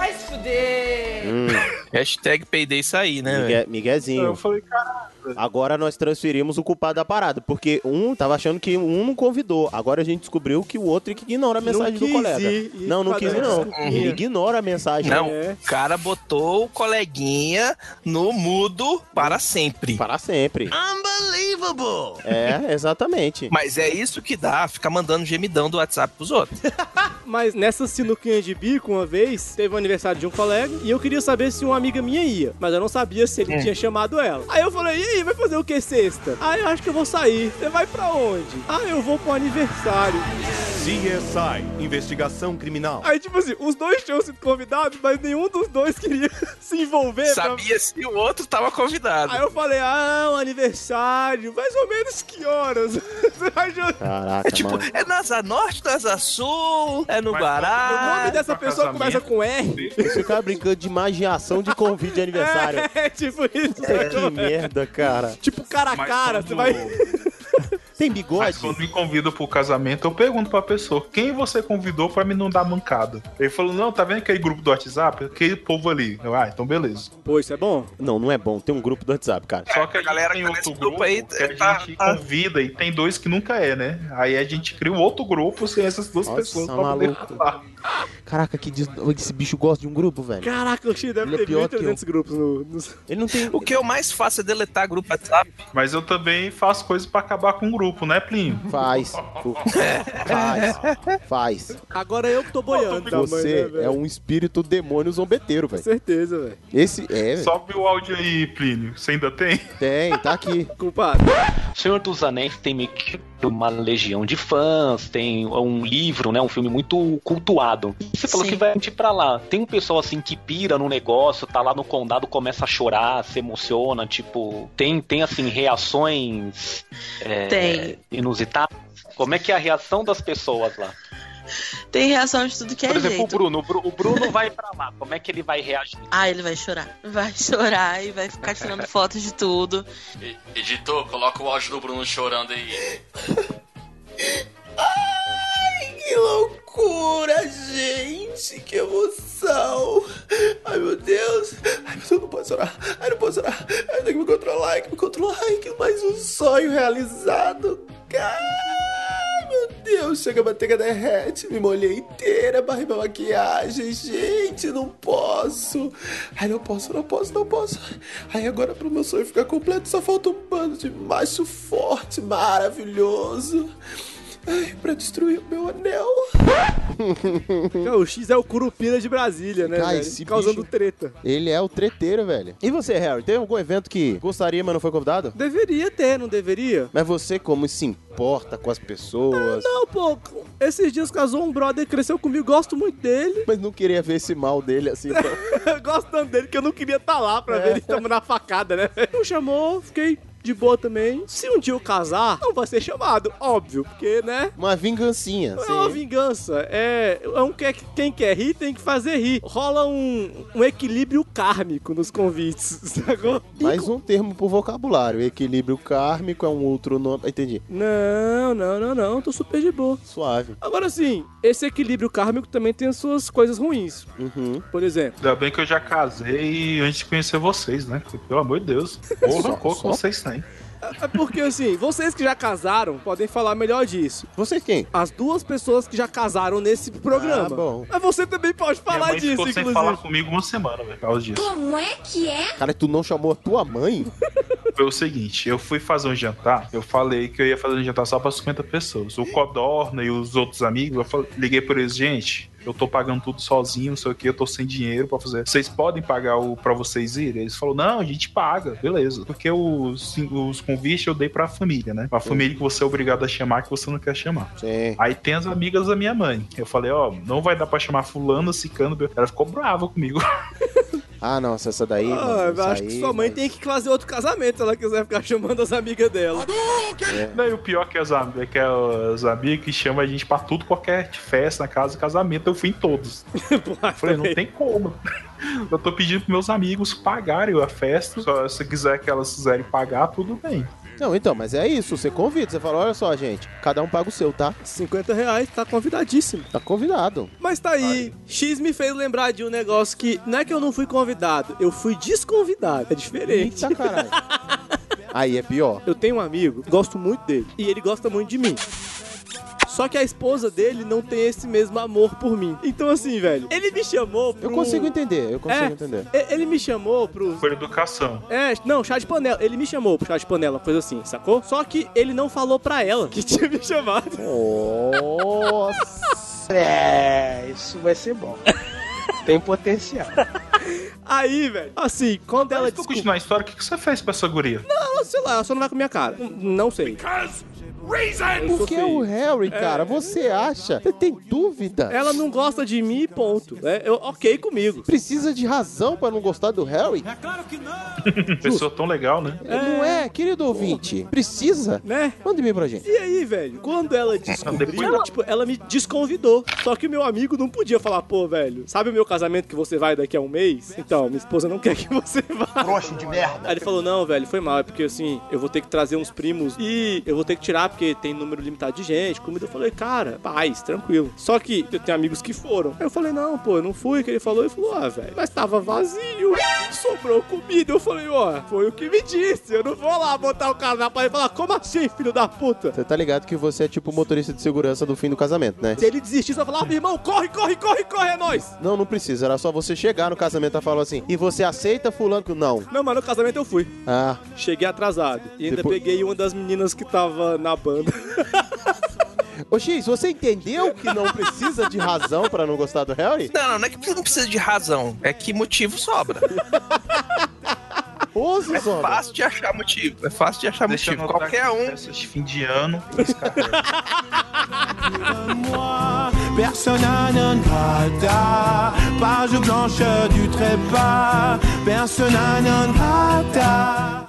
Hum, É. Hashtag peidei sair, né, velho? Migue- Aí Eu Miguezinho. falei, caraca, Agora nós transferimos o culpado da parada, porque um tava achando que um não convidou. Agora a gente descobriu que o outro é que ignora a mensagem do quis colega. ir, e não, não cada quis ir, um não. desculpinha. Ele ignora a mensagem. Não, É. o cara botou o coleguinha no mudo para sempre. Para sempre. Unbelievable! É, exatamente. Mas é isso que dá, ficar mandando gemidão do WhatsApp pros outros. Mas nessa sinuquinha de bico, uma vez, teve o aniversário de um colega e eu queria saber se uma amiga minha ia, mas eu não sabia se ele Hum. tinha chamado ela. Aí eu falei, e aí, vai fazer o que sexta? Ah, eu acho que eu vou sair. Você vai pra onde? Ah, eu vou pro aniversário. CSI, investigação criminal. Aí, tipo assim, os dois tinham sido convidados, mas nenhum dos dois queria se envolver. pra- Sabia se o outro tava convidado. Então- Aí eu falei, ah, um aniversário, mais ou menos que horas? Você vai jantar? Caraca, é tipo, mano. é na Asa Norte, na Asa Sul, é no o Guará. nome dessa pessoa começa Ah, com R? Ficar brincando de magiação de convite de aniversário. É, tipo isso. Puta que sacou? merda, cara. Tipo cara a Mas cara, quando- você vai... Tem Mas bigode? quando me convidam pro casamento, eu pergunto pra pessoa, quem você convidou pra me não dar mancada? Ele falou, não, tá vendo aquele grupo do WhatsApp? Aquele povo ali. Eu, ah, então beleza. Pô, isso é bom? Não, não é bom. Tem um grupo do WhatsApp, cara. Só É, que a galera tem que tá outro nesse grupo grupo aí, que a tá- gente tá- convida e tem dois que nunca é, né? Aí a gente cria um outro grupo sem essas duas Nossa, pessoas pra maluco. poder falar. Caraca, que des- esse bicho gosta de um grupo, velho. Caraca, o Xi deve Ele é ter pior que 1.300 grupos no... no- Ele não tem. O que eu mais faço é deletar grupo WhatsApp. Mas eu também faço coisas pra acabar com o grupo, né, Plínio? Faz. Faz. Faz. Agora eu que tô boiando. da mãe, né, Você velho? é um espírito demônio zombeteiro, Com velho. certeza, velho. Esse. É, velho. Sobe o áudio aí, Plínio. Você ainda tem? Tem, tá aqui. Culpado. Senhor dos Anéis tem meio que uma legião de fãs, tem um livro, né? Um filme muito cultuado. E Você falou Sim. que vai mentir pra lá. Tem um pessoal assim que pira no negócio, tá lá no condado, começa a chorar, se emociona, tipo, tem, tem assim, reações é, Tem. inusitadas. Como é que é a reação das pessoas lá? Tem reação de tudo que é Por exemplo, o jeito. Bruno. O Bru- o Bruno vai pra lá. Como é que ele vai reagir? Ah, ele vai chorar. Vai chorar e vai ficar tirando fotos de tudo. Editor, coloca o áudio do Bruno chorando aí. Que loucura, gente! Que emoção! Ai, meu Deus! Ai, meu Deus, eu não posso chorar! Ai, não posso chorar! Ai, tem que me controlar, tem que me controlar! Ai, que mais um sonho realizado! Ai, meu Deus! Chega a manteiga derrete, me molhei inteira, barrei minha maquiagem! Gente, não posso! Ai, não posso, não posso, não posso! Ai, agora pro meu sonho ficar completo só falta um bando de macho forte, maravilhoso! Ai, pra destruir o meu anel. Cara, o X é o Curupira de Brasília, né, Cara, velho? esse Causando bicho- treta. Ele é o treteiro, velho. E você, Harry, tem algum evento que gostaria, mas não foi convidado? Deveria ter, não deveria? Mas você, como se importa com as pessoas. Não, pô, esses dias casou um brother, cresceu comigo, gosto muito dele. Mas não queria ver esse mal dele assim, então. gosto tanto dele que eu não queria estar lá pra ver ele tamo na facada, né? É. Não chamou, fiquei de boa também. Se um dia eu casar, não vai ser chamado, óbvio, porque, né? Uma vingancinha. assim. É uma Sim. vingança. É, é um que, quem quer rir tem que fazer rir. Rola um, um equilíbrio kármico nos convites, sacou? Mais um termo pro vocabulário. Equilíbrio kármico é um outro nome. Entendi. Não, não, não, não. Tô super de boa. Suave. Agora sim, esse equilíbrio kármico também tem as suas coisas ruins. Uhum. Por exemplo, Ainda bem que eu já casei antes de conhecer vocês, né? Pelo amor de Deus. Porra, Só- pouco só? vocês têm. é porque assim, vocês que já casaram podem falar melhor disso. Você é quem? As duas pessoas que já casaram nesse programa. Ah, bom. Mas você também pode Minha falar mãe disso, ficou inclusive. sem falar comigo uma semana, velho, por causa disso. Como é que é? Cara, tu não chamou a tua mãe? Foi o seguinte, eu fui fazer um jantar, eu falei que eu ia fazer um jantar só pra 50 pessoas. O Codorna e os outros amigos, eu falei- liguei pra eles, gente, eu tô pagando tudo sozinho, não sei o que, eu tô sem dinheiro pra fazer. Vocês podem pagar o pra vocês irem? Eles falaram, não, a gente paga, beleza. Porque os, os convites eu dei pra família, né? A família que você é obrigado a chamar, que você não quer chamar. Sim. Aí tem as amigas da minha mãe. Eu falei, ó, não vai dar pra chamar fulano, cicano. be- Ela ficou brava comigo. Ah, nossa, essa daí. mano, Ah, eu essa acho que aí, sua mãe mas- tem que fazer outro casamento se ela quiser ficar chamando as amigas dela. Não, e o pior que as, am- é que as amigas que chamam a gente pra tudo, qualquer festa, casa, casamento, eu fui em todos. Pô, Eu falei, não tem como. Eu tô pedindo pros meus amigos pagarem a festa. Só se quiser que elas quiserem pagar, tudo bem. Não, então, mas é isso. Você convida, você fala: olha só, gente, cada um paga o seu, tá? 50 reais, tá convidadíssimo. Tá convidado. Mas tá aí, X me fez lembrar de um negócio que não é que eu não fui convidado, eu fui desconvidado, é diferente. Eita, caralho. Aí é pior. Eu tenho um amigo, gosto muito dele, e ele gosta muito de mim. Só que a esposa dele não tem esse mesmo amor por mim. Então, assim, velho, ele me chamou pro... Eu consigo entender, eu consigo É, entender. e- Ele me chamou pro... Por educação. É, não, chá de panela. Ele me chamou pro chá de panela, coisa assim, sacou? Só que ele não falou pra ela que tinha me chamado. Nossa! é, isso vai ser bom. Tem potencial. Aí, velho, assim, quando ela Mas tu continuar a história, o que, que você fez pra essa guria? Não, sei lá, ela só não vai com a minha cara. N- Não sei. Eu sou Porque feio. o Harry, cara, você acha? Você tem dúvida? Ela não gosta de mim e ponto. É, eu, ok comigo. Precisa de razão pra não gostar do Harry? Pessoa tão legal, né? Não é, querido ouvinte? Precisa? Né? Manda e-mail pra gente. E aí, velho, quando ela descobriu, ela, tipo, ela me desconvidou. Só que o meu amigo não podia falar, pô, velho, sabe o meu casamento que você vai daqui a um mês? Então, minha esposa não quer que você vá. Trouxa de merda. Aí ele falou, não, velho, foi mal, é porque assim, eu vou ter que trazer uns primos e eu vou ter que tirar porque tem número limitado de gente, comida. Eu falei, cara, paz, tranquilo. Só que eu tenho amigos que foram. Aí eu falei, não, pô, eu não fui. Que ele falou, ele falou, ah, velho, mas tava vazio, sobrou comida. Eu falei, ó, foi o que me disse, eu não vou lá botar o cara na parede e falar, como assim, filho da puta? Você tá ligado que você é tipo o motorista de segurança do fim do casamento, né? Se ele desistir, você vai falar, "Ah, meu irmão, corre, corre, corre, corre, é nóis. Não, não precisa. Era só você chegar no casamento e falar assim: e você aceita fulano? Não. Não, mas no casamento eu fui. Ah, Cheguei atrasado. E ainda Depois- peguei uma das meninas que tava na banda. Ô X, você entendeu que não precisa de razão pra não gostar do Harry? Não, não, não é que você não precisa de razão, é que motivo sobra. Ouso, é fácil de achar motivo, é fácil de achar Deixa eu motivo. anotar Qualquer aqui né? um. festas de fim de ano. Personne non grata, page blanche du trépas, personne non grata.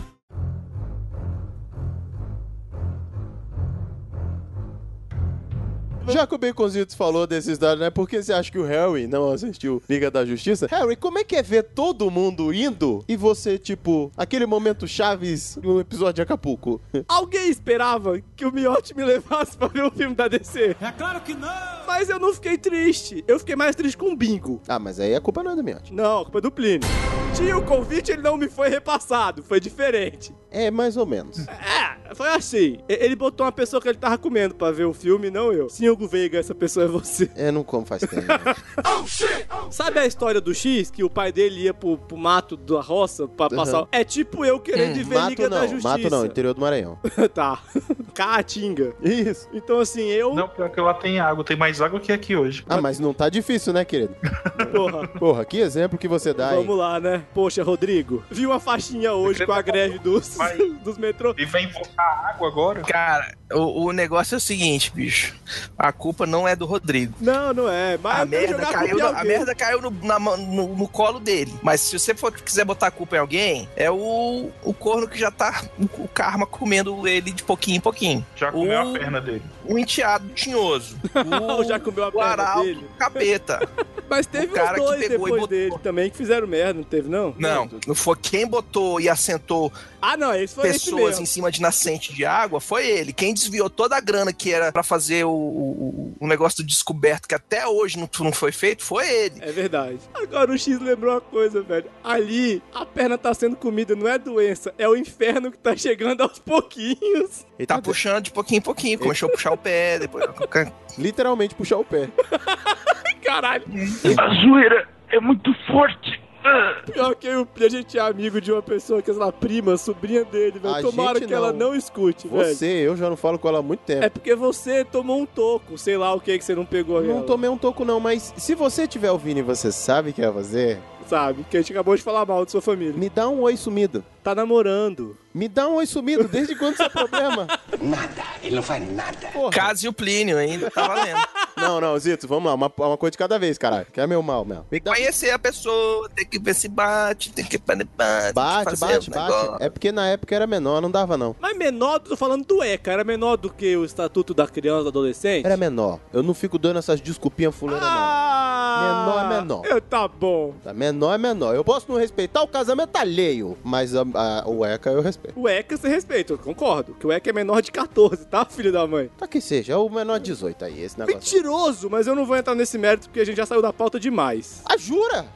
Já que o Baconzitos falou desses dados, né? Por que você acha que o Harry não assistiu Liga da Justiça? Harry, como é que é ver todo mundo indo e você, tipo, aquele momento Chaves no episódio de Acapulco? Alguém esperava que o Miotti me levasse pra ver o filme da DC? É claro que não! Mas eu não fiquei triste. Eu fiquei mais triste com o Bingo. Ah, mas aí a culpa não é do Miotti. Não, a culpa é do Plínio. Tinha o convite, ele não me foi repassado. Foi diferente. É, mais ou menos. É, foi assim. E- Ele botou uma pessoa que ele tava comendo pra ver o filme, não eu. Sim, Hugo Veiga, essa pessoa é você. É, não como faz tempo. Sabe a história do X, que o pai dele ia pro, pro mato da roça pra Uhum. passar... É tipo eu querendo ir ver mato Liga não, da Justiça. mato não, interior do Maranhão. tá. Caatinga. Isso. Então, assim, eu... Não, pior que lá tem água, tem mais água que aqui hoje. Ah, mas não tá difícil, né, querido? Porra. Porra, que exemplo que você dá, hein? Vamos lá, né? Poxa, Rodrigo, viu a faixinha hoje com a greve dos, dos metrô? E vai invocar água agora? Cara, o, o negócio é o seguinte, bicho. A culpa não é do Rodrigo. Não, não é. Mas A eu quero merda, jogar caiu com no, a alguém. merda caiu no, na mão- no- no colo dele. Mas se você for, quiser botar a culpa em alguém, é o, o corno que já tá o, o karma comendo ele de pouquinho em pouquinho. Já comeu Um a perna dele. O enteado tinhoso. O, já comeu a o perna arauto dele. capeta. Mas teve o cara uns que dois pegou e depois botou- dele também que fizeram merda, não teve não? Não, não foi quem botou e assentou Ah, não, esse foi esse pessoas mesmo. em cima de nascente de água foi ele. Quem desviou toda a grana que era pra fazer o, o, o negócio do descoberto que até hoje não, não foi feito foi ele. É verdade. Agora o X lembrou uma coisa, velho. Ali, a perna tá sendo comida, não é doença, é o inferno que tá chegando aos pouquinhos. Ele tá puxando de pouquinho em pouquinho. Começou a puxar o pé, depois. Literalmente puxar o pé. Caralho. A zoeira é muito forte. Pior que eu e o Pri, a gente é amigo de uma pessoa que é, sei lá, prima, sobrinha dele, velho. A Tomara gente que ela não escute, velho. Você, eu já não falo com ela há muito tempo. É porque você tomou um toco, sei lá o que que você não pegou Não ela. tomei um toco não, mas se você tiver ouvindo e você sabe o que é você, Sabe, que a gente acabou de falar mal de sua família. Me dá um oi sumido. Tá namorando. Me dá um oi sumido, desde quando você problema? Nada, ele não faz nada. Caso e o Plínio ainda tá valendo. Não, não, Zito, vamos lá, uma, uma coisa de cada vez, caralho, que é meu mal mesmo. Tem que conhecer a pessoa, tem que ver se bate, tem que um bate, bate, Bate, bate, bate. É porque na época era menor, não dava não. Mas menor, tô falando do ECA, era menor do que o Estatuto da Criança e do Adolescente? Ah! Era menor. Eu não fico dando essas desculpinhas fulana, não. menor é menor. Eu, tá bom. Tá menor é menor. Eu posso não respeitar o casamento tá alheio, mas a, a- o ECA eu respeito. O ECA você respeita, eu concordo. Que o ECA é menor de 14, tá, filho da mãe? Tá que seja, é o menor de 18 aí, esse negócio. Mentiroso, mas eu não vou entrar nesse mérito porque a gente já saiu da pauta demais. Ah, jura?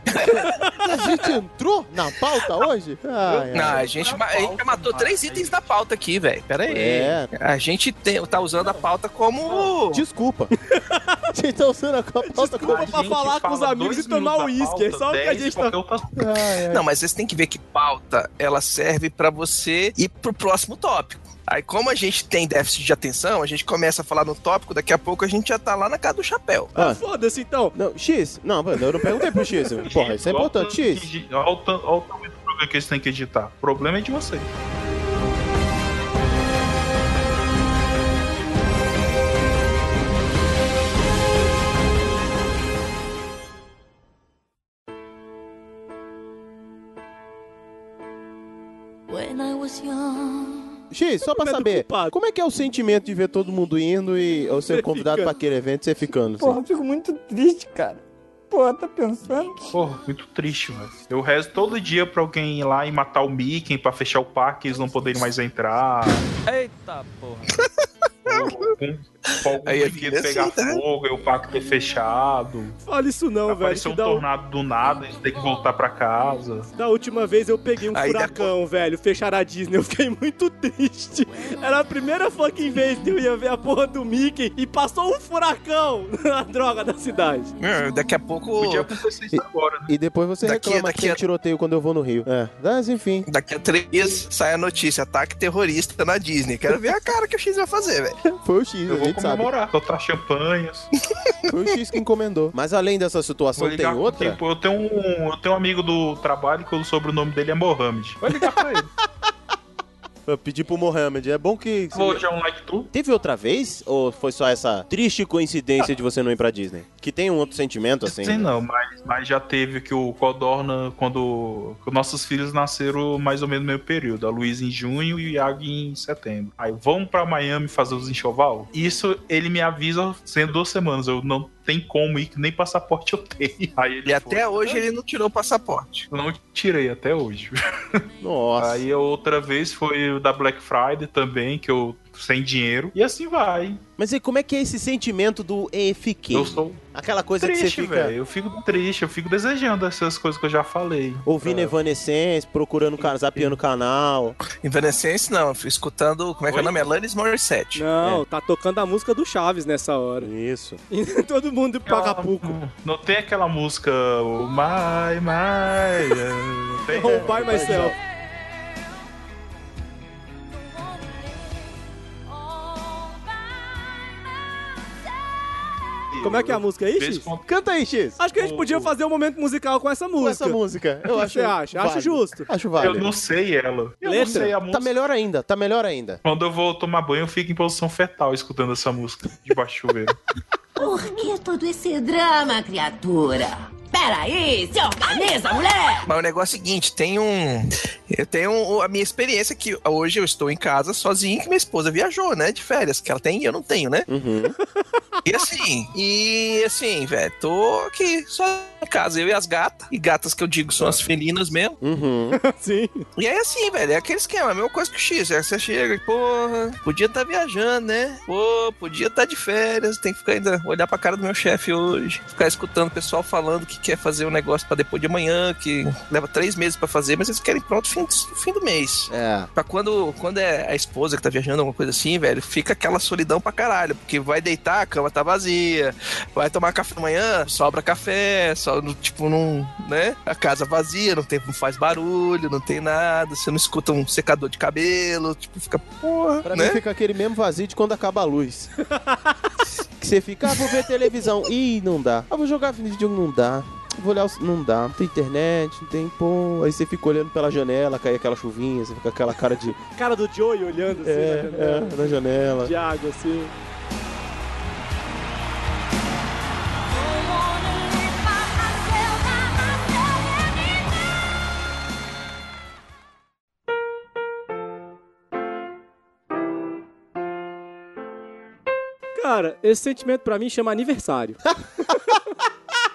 a gente entrou na pauta hoje? Ai, Não, a gente, ma- a gente matou três itens da pauta aqui, velho. Pera aí. É. A gente tem- tá usando a pauta como. Desculpa. A gente tá usando a pauta Desculpa pra falar com os amigos e tomar uísque. É só o que a gente tá. Não, mas vocês têm que ver que pauta ela serve pra você ir pro próximo tópico. Aí, como a gente tem déficit de atenção, a gente começa a falar no tópico, daqui a pouco a gente já tá lá na casa do chapéu. Ah. Foda-se então. Não, X. Não, mano, eu não perguntei pro X. Porra, isso é importante. X. Olha o tan- olha o tamanho do problema que eles têm que editar. O problema é de vocês. When I was young. X, só pra saber, como é que é o sentimento de ver todo mundo indo e eu ser convidado pra aquele evento e você ficando? assim? Porra, eu fico muito triste, cara. Porra, tá pensando? Porra, muito triste, velho. Eu rezo todo dia pra alguém ir lá e matar o Mickey pra fechar o parque e eles não poderem mais entrar. Eita porra. Pra algum Aí é brinquedo violência, pegar né? fogo e o parque ter fechado. Fala isso não, velho. Apareceu Que da, um tornado do nada, eles têm que voltar pra casa. da última vez eu peguei um Aí furacão, velho. Fecharam a Disney. Eu fiquei muito triste. Era a primeira fucking vez que eu ia ver a porra do Mickey e passou um furacão na droga da cidade. É, daqui a pouco. Podia acontecer isso agora, né? E depois você Daqui- reclama daqui que tem a- tiroteio quando eu vou no Rio. É, mas enfim. Daqui a três sai a notícia: ataque terrorista na Disney. Quero ver a cara que o X vai fazer, velho. Foi o X, Eu a vou gente sabe. comemorar, soltar champanhes. Foi o X que encomendou. Mas além dessa situação, tem pro outra? tempo. Eu tenho, um, eu tenho um amigo do trabalho que o sobrenome dele é Mohamed. Vai ligar pra ele. Eu pedi pro Mohamed, é bom que... Vou deixar um like tu. Teve outra vez? Ou foi só essa triste coincidência de você não ir pra Disney? Que tem um outro sentimento, assim? Sim, não, mas, mas já teve que o Codorna, quando que nossos filhos nasceram mais ou menos no mesmo período. A Luísa em junho e o Iago em setembro. Aí, vamos pra Miami fazer os enxoval? Isso ele me avisa sendo duas semanas. Eu não tem como ir, que nem passaporte eu tenho. Aí ele E até hoje ele não tirou o passaporte. Não tirei até hoje. Nossa. Aí a outra vez foi o da Black Friday também, que eu sem dinheiro. E assim vai. Mas e como é que é esse sentimento do "E fiquei? Eu sou Aquela coisa triste, que você fica velho. Eu fico triste, eu fico desejando essas coisas que eu já falei. ouvindo Evanescence, procurando, ca- zapeando o canal. Evanescence não, eu fui escutando. Como é que é o nome? Alanis Morissette. É. Não, tá tocando a música do Chaves nessa hora. Isso. Todo mundo em Pagapuco. Não tem aquela música o My My. eh", Tem Oh, by myself. Como é que é a música aí, X? Canta aí, X. Acho que a gente podia fazer um momento musical com essa música. essa música, eu o que acho Você acha? válido. Acho justo. Acho válido. Eu não sei ela. Eu não Letra. sei a Tá música. melhor ainda, tá melhor ainda. Quando eu vou tomar banho, eu fico em posição fetal escutando essa música de baixo chuveiro. Por que todo esse drama, criatura? Peraí, se organiza, mulher! Mas o negócio é o seguinte, tem um. Eu tenho um- a minha experiência que hoje eu estou em casa sozinho, que minha esposa viajou, né? De férias, que ela tem e eu não tenho, né? E assim, e assim, velho, tô aqui só em casa, eu e as gatas. E gatas que eu digo são as felinas mesmo. Sim. E é assim, velho, é aquele esquema, a mesma coisa que o X. Aí você chega e, porra, podia estar viajando, né? Pô, podia estar de férias, tem que ficar ainda, olhar pra cara do meu chefe hoje, ficar escutando o pessoal falando que quer fazer um negócio pra depois de amanhã, que leva três meses pra fazer, mas eles querem pronto fim, fim do mês. É. Pra quando, quando é a esposa que tá viajando, alguma coisa assim, velho, fica aquela solidão pra caralho, porque vai deitar, a cama tá vazia, vai tomar café amanhã, sobra café, só, no- tipo, não, né? A casa vazia, não, tem, não faz barulho, não tem nada, você não escuta um secador de cabelo, tipo, fica, porra, Pra né? mim fica aquele mesmo vazio de quando acaba a luz. que você fica, ah, vou ver televisão. Ih, não dá. Ah, vou jogar videogame, não dá. Vou olhar, o... não dá. Não tem internet, não tem, pô. Aí você fica olhando pela janela, cai aquela chuvinha, você fica com aquela cara de... Cara do Joey olhando assim É, na é, janela. na janela. De água, assim. Cara, esse sentimento pra mim chama aniversário.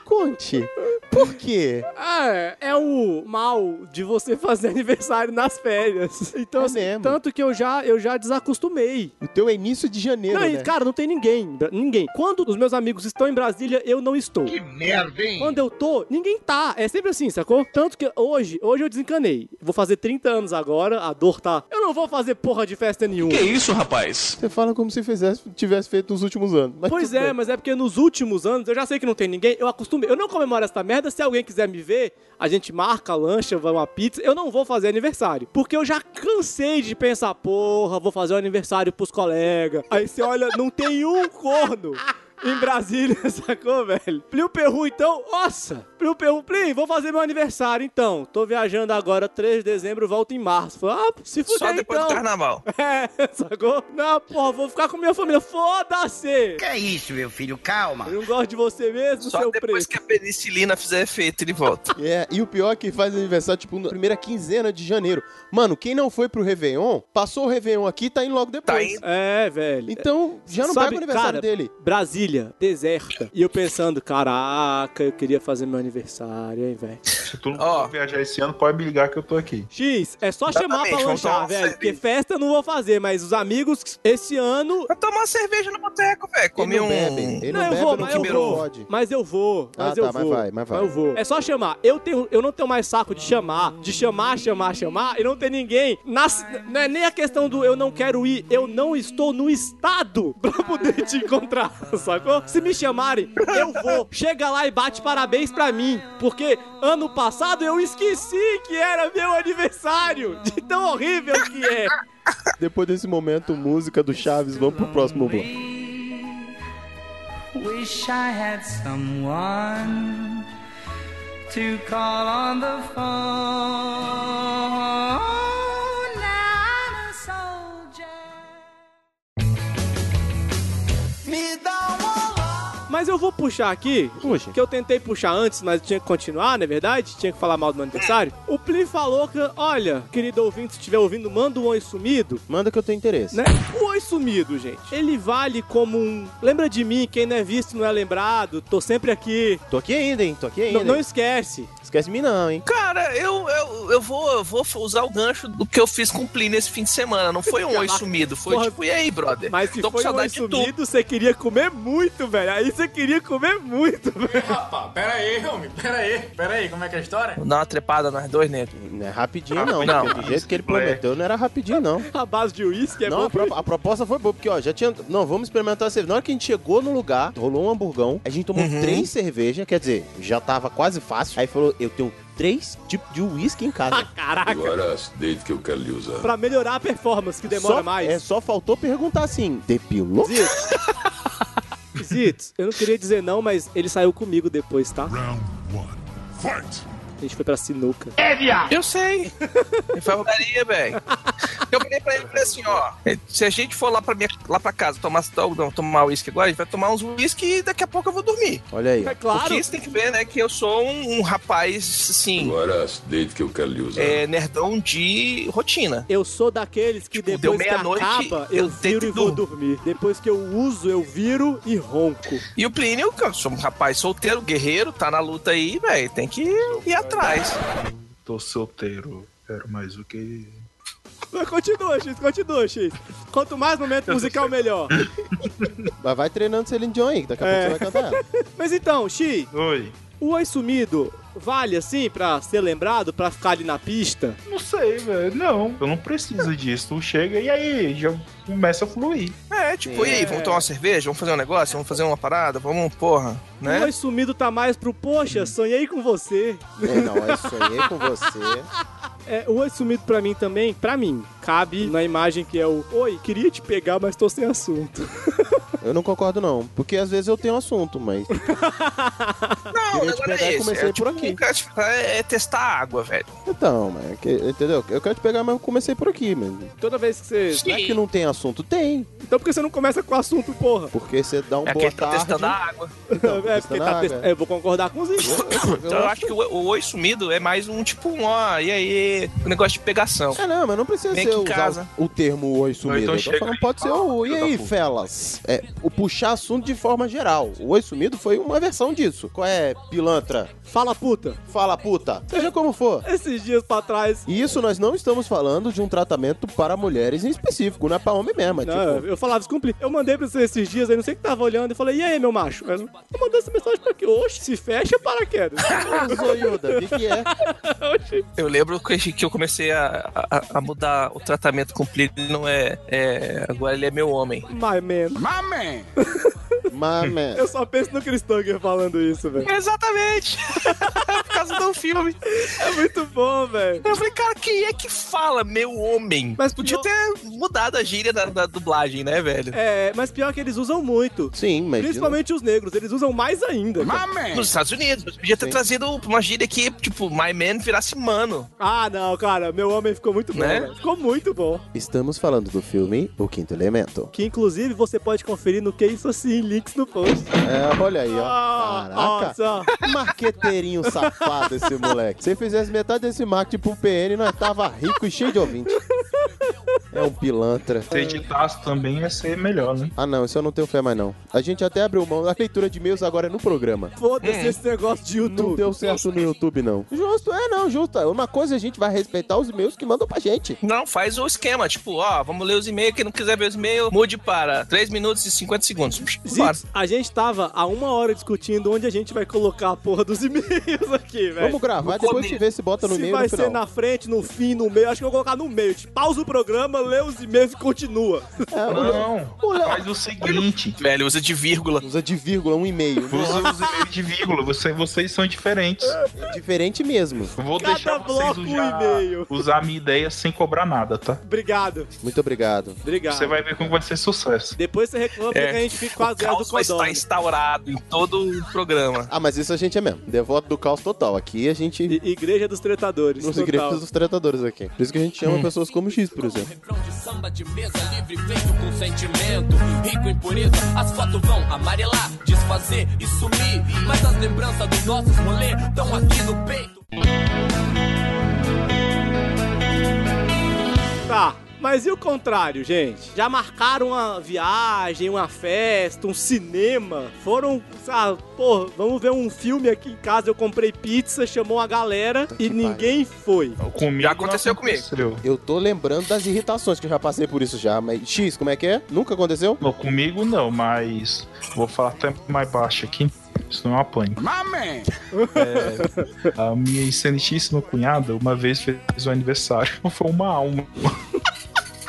Conte. Por quê? Ah, é o mal de você fazer aniversário nas férias. Então, É assim, mesmo. tanto que eu já, eu já desacostumei. O teu é início de janeiro, não, e, né? Cara, não tem ninguém. Ninguém. Quando os meus amigos estão em Brasília, eu não estou. Que merda, hein? Quando eu tô, ninguém tá. É sempre assim, sacou? Tanto que hoje, hoje eu desencanei. Vou fazer 30 anos agora, a dor tá. Eu não vou fazer porra de festa nenhuma. rapaz? Você fala como se fizesse, tivesse feito nos últimos anos. Mas pois tudo é, bem. mas é porque nos últimos anos eu já sei que não tem ninguém, eu acostumei. Eu não comemoro essa merda. Se alguém quiser me ver, a gente marca, lancha, vai uma pizza. Eu não vou fazer aniversário. Porque eu já cansei de pensar, porra, vou fazer o aniversário pros colegas. Aí você olha, não tem um corno. Em Brasília, sacou, velho? Plio Peru, então, nossa! Plio Peru, Plim, vou fazer meu aniversário, então. Tô viajando agora, 3 de dezembro, volto em março. Fala, ah, se fuder, Só depois então. do carnaval. É, sacou? Não, porra, vou ficar com minha família. Foda-se! Que é isso, meu filho? Calma. Eu não gosto de você mesmo, Só seu depois preço. que a penicilina fizer efeito, ele volta. É, e o pior é que faz aniversário, tipo, na primeira quinzena de janeiro. Mano, quem não foi pro Réveillon, passou o Réveillon aqui tá indo logo depois. É, velho. Então, já não Sabe, pega o aniversário cara, dele. Brasília, deserta. E eu pensando, caraca, eu queria fazer meu aniversário, hein, velho. Se tu não for viajar esse ano, pode me ligar que eu tô aqui. X, é só chamar Exatamente, pra vamos tomar lanchar, uma velho. cerveja. Porque festa eu não vou fazer, mas os amigos, esse ano. Vai tomar cerveja no boteco, velho. Comi não um- bebe, ele não eu bebe, vou, não mas eu liberou. vou. Pode. Mas eu vou. Mas Ah, eu tá, mas vou. vai, mas vai. eu vou. É só chamar. Eu, tenho, eu não tenho mais saco de chamar, de chamar, chamar, chamar e não ter ninguém. Nas- não é nem a questão do eu não quero ir, eu não estou no estado pra poder te encontrar, sacou? Se me chamarem, eu vou. Chega lá e bate parabéns pra mim, porque ano passado eu esqueci que era meu aniversário, de tão horrível que é. Depois desse momento, música do Chaves, vamos pro próximo bloco. Wish I had someone to call on the phone. Now I'm a soldier. Me dá Mas eu vou puxar aqui, que eu tentei puxar antes, mas tinha que continuar, não é verdade? Tinha que falar mal do meu aniversário. É. O Pli falou que, olha, querido ouvinte, se estiver ouvindo, manda um oi sumido. Manda que eu tenho interesse. Né? O oi sumido, gente, ele vale como um... Lembra de mim, quem não é visto não é lembrado, tô sempre aqui. Tô aqui ainda, hein? Tô aqui ainda. Não, não é né? hein? esquece. Esquece de mim não, hein? Cara, eu, eu, eu, vou, eu vou usar o gancho do que eu fiz com o Plínio esse fim de semana. Não foi um oi sumido, foi Porra, tipo, e aí, brother? Mas se Tô com foi um oi saudade de tu. sumido, você queria comer muito, velho. Aí você queria comer muito, velho. Rapaz, pera aí, homem, pera aí, pera aí, como é que é a história? Dá uma trepada nós dois, nego. Não é rapidinho não, Não. não. do jeito que ele prometeu não era rapidinho não. A base de uísque é não, bom a, pro- a proposta foi boa, porque ó, já tinha. Não, vamos experimentar a cerveja. Na hora que a gente chegou no lugar, rolou um hamburgão, a gente tomou três cervejas, quer dizer, já tava quase fácil. Aí falou: eu tenho três tipos de uísque em casa. Agora acidente que eu quero lhe usar. Pra melhorar a performance, que demora Só- mais. É, só faltou perguntar assim: depilou? Zitos, eu não queria dizer não, mas ele saiu comigo depois, tá? A gente foi pra sinuca. É, Ah. viado! Eu sei. Ele foi putaria, velho. Eu falei pra ele, falei assim, ó. Se a gente for lá pra, minha, lá pra casa tomar, não, tomar uísque agora, a gente vai tomar uns uísque e daqui a pouco eu vou dormir. Olha aí. ó. Porque você tem que ver, né, que eu sou um, um rapaz, assim, Agora acidente que eu quero lhe usar. é, nerdão de rotina. Eu sou daqueles que Tipo, deu depois que meia-noite, acaba, eu eu viro e vou dormir. Depois que eu uso, eu viro e ronco. E o Plínio, que eu sou um rapaz solteiro, guerreiro, tá na luta aí, velho, tem que ir atrás. Tô solteiro, quero mais o que. Mas Continua, X, continua, X. Quanto mais momento musical, melhor. Mas vai treinando Celine Dion aí, que daqui a É. pouco você vai cantar ela. Mas então, X, Oi. o oi sumido vale assim pra ser lembrado, pra ficar ali na pista? Não sei, velho. Não, eu não preciso disso. Tu chega e aí já começa a fluir. É, tipo, e aí, vamos tomar uma cerveja? Vamos fazer um negócio? Vamos fazer uma parada? Vamos, porra, né? O oi sumido tá mais pro, poxa, sonhei com você. É, não, eu sonhei com você. É, o oi sumido pra mim também, pra mim, cabe na imagem que é o Oi, queria te pegar, mas tô sem assunto. Eu não concordo, não. Porque às vezes eu tenho assunto, mas. Não, Queria te agora pegar e é esse. comecei por É, tipo, aqui. cara, tipo, é, é testar a água, velho. Então, mas é que- entendeu? Eu quero te pegar, mas eu comecei por aqui, mano. Toda vez que você. Não é que não tem assunto? Tem. Então por que você não começa com o assunto, porra? Porque você dá um É boa quem tá tarde. testando a água. é, porque na tá água. test... é, eu vou concordar com os Então eu acho que o, o oi sumido é mais um tipo um ó, e aí, um negócio de pegação. É, não, mas não precisa Vem ser aqui em usar casa. o, o termo oi sumido. então Eu tô chega falando, aí, pode ser o. E filho da aí, puta." felas? É, o puxar assunto de forma geral. O Oi Sumido foi uma versão disso. Qual é, pilantra? Fala puta. Fala puta. Seja como for. Esses dias pra trás. E isso nós não estamos falando de um tratamento para mulheres em específico, não é pra homem mesmo. É Não, tipo, eu falava, desculpe, eu mandei pra você esses dias aí, não sei o que tava olhando, e falei, e aí, meu macho? Ela, eu mandei essa mensagem pra quê? Oxe, se fecha paraquedas. Ô, Zoiuda, "Ah, o que, que é? Eu lembro que que eu comecei a, a- a mudar o tratamento com o Plínio, ele não é, é- Agora ele é meu homem. My man. My man. Mamé. Eu só penso no Chris Tucker falando isso, velho. Exatamente! Por causa do filme. É muito bom, velho. Eu falei, cara, quem é que fala meu homem? Mas podia ter mudado a gíria da, da dublagem, né, velho? É, mas pior que eles usam muito. Sim, mas. Principalmente os negros, eles usam mais ainda. cara. Nos Estados Unidos. Mas podia ter Sim. trazido uma gíria que, tipo, my man virasse mano. Ah, não, cara, meu homem ficou muito bom, Né? velho. Ficou muito bom. Estamos falando do filme O Quinto Elemento. Que inclusive você pode conferir no Que Isso Assim, links no post. É, olha aí, ó. Ah, Caraca. Marqueteirinho safado esse moleque. Se ele fizesse metade desse marketing pro PN, nós tava rico e cheio de ouvinte. É um pilantra. Se editasse também ia ser melhor, né? Ah, não, isso eu não tenho fé mais não. A gente até abriu mão da leitura de e-mails agora é no programa. Foda-se esse negócio de YouTube. É. Não deu certo no YouTube, não. Justo, é não, justo. Uma coisa a gente vai respeitar os e-mails que mandam pra gente. Não, faz o esquema, tipo, ó, vamos ler os e-mails, quem não quiser ver os e-mails, mude para 3 minutos e 50 segundos. Bora. Zips, a gente tava há uma hora discutindo onde a gente vai colocar a porra dos e-mails aqui, velho. Vamos gravar, É. No depois a começo. gente vê se bota no Se meio ou vai no ser final. na frente, no fim, no meio, acho que eu vou colocar no meio. A gente pausa o programa, lê os e-mails e continua. Não, faz É, o seguinte. Velho, usa de vírgula. Usa de vírgula, um e-mail. Usa os e-mails de vírgula, você- vocês são diferentes. É Diferente mesmo. Vou Cada deixar vocês bloco um usar, e-mail. usar a minha ideia sem cobrar nada, tá? Obrigado. Muito obrigado. Obrigado. Você vai ver como vai ser sucesso. Depois você reclama É. que a gente fica O quase do caos vai estar Codorna. instaurado em todo o programa. Ah, mas isso a gente é mesmo. Devoto do caos total. Aqui a gente. I- Igreja dos Tretadores. Nos total. igrejas dos tratadores aqui. Por isso que a gente chama pessoas como X, por exemplo. refrão de samba de mesa livre feito com sentimento rico em pureza as fotos vão amarelar desfazer e sumir mas as lembranças dos nossos rolê estão aqui no peito Tá. Mas e o contrário, gente? Já marcaram uma viagem, uma festa, um cinema? Foram, sabe, pô, vamos ver um filme aqui em casa. Eu comprei pizza, chamou a galera e ninguém foi. Comigo Já aconteceu não aconteceu. Eu tô lembrando das irritações que eu já passei por isso já, mas X, como é que é? Nunca aconteceu? Não, comigo não, mas vou falar até mais baixo aqui, senão eu apanho. Mamãe! É, a minha excelentíssima cunhada uma vez fez um aniversário, foi uma alma.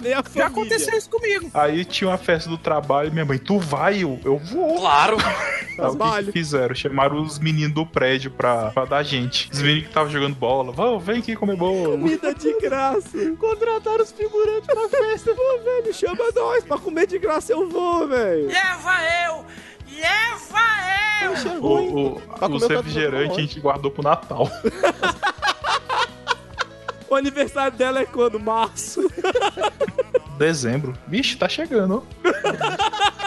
Nem a família. Já aconteceu isso comigo. Aí tinha uma festa do trabalho, minha mãe, tu vai, eu, eu vou. Claro. Aí, o que que fizeram? Chamaram os meninos do prédio pra, pra dar gente. Os meninos que estavam jogando bola. Vão, vem aqui comer bolo. Comida de graça. Contrataram os figurantes pra festa. Pô, velho, chama nós. Pra comer de graça eu vou, velho. leva eu leva eu O, o, Pra comer os o prato refrigerantes normal. a gente guardou pro Natal. O aniversário dela é quando? Março. Dezembro. Vixe, tá chegando. ó.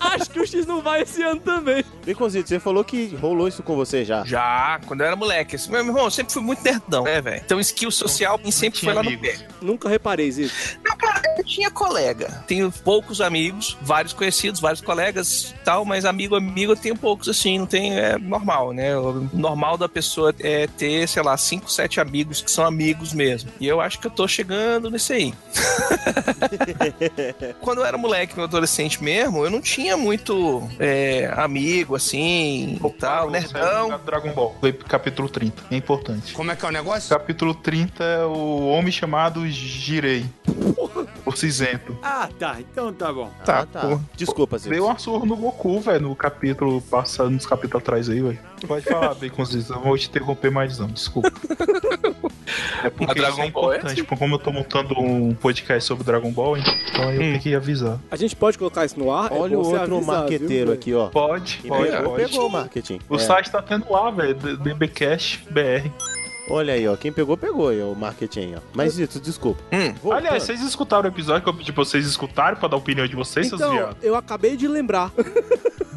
Acho que o X não vai esse ano também. Biconzito, você falou que rolou isso com você já. Já, quando eu era moleque. Assim, meu irmão, eu sempre fui muito nerdão, né, velho? Então, skill social nem sempre foi tinha lá no amigos. pé. Nunca reparei isso. Não, cara, eu tinha colega. Tenho poucos amigos, vários conhecidos, vários colegas e tal, mas amigo, amigo, eu tenho poucos, assim, não tem. É normal, né? O normal da pessoa é ter, sei lá, cinco, sete amigos que são amigos mesmo. E eu acho que eu tô chegando nesse aí. Quando eu era moleque, meu adolescente mesmo, eu não tinha muito é, amigo, assim, e tal, é nerdão. Dragon Ball. Foi pro capítulo 30. É importante. como é que é o negócio Capítulo 30 é o homem chamado Girei. O cinzento. Ah, tá. Então tá bom. Tá, tá. pô. Desculpa, Zips. Deu uma surra no Goku, velho, no capítulo passado, nos capítulos atrás aí, velho. Pode falar, Baconzitos, eu vou te interromper mais não, desculpa. É Mas porque isso Dragon é Ball é importante, pô, como eu tô montando um podcast sobre Dragon Ball, então Hum. eu tenho que avisar. A gente pode colocar isso no ar? É Olha bom o você outro avisar, marqueteiro viu, aqui, ó. Pode, pode, pegou, pode. pegou o marketing. O É. site tá tendo lá, velho, DBcast BR. Olha aí, ó. Quem pegou, pegou aí, ó, o marketing, ó. Mas isso, desculpa. Voltando. Hum. Aliás, vocês escutaram o episódio que eu pedi pra vocês escutarem pra dar a opinião de vocês, seus Então, viados? eu acabei de lembrar.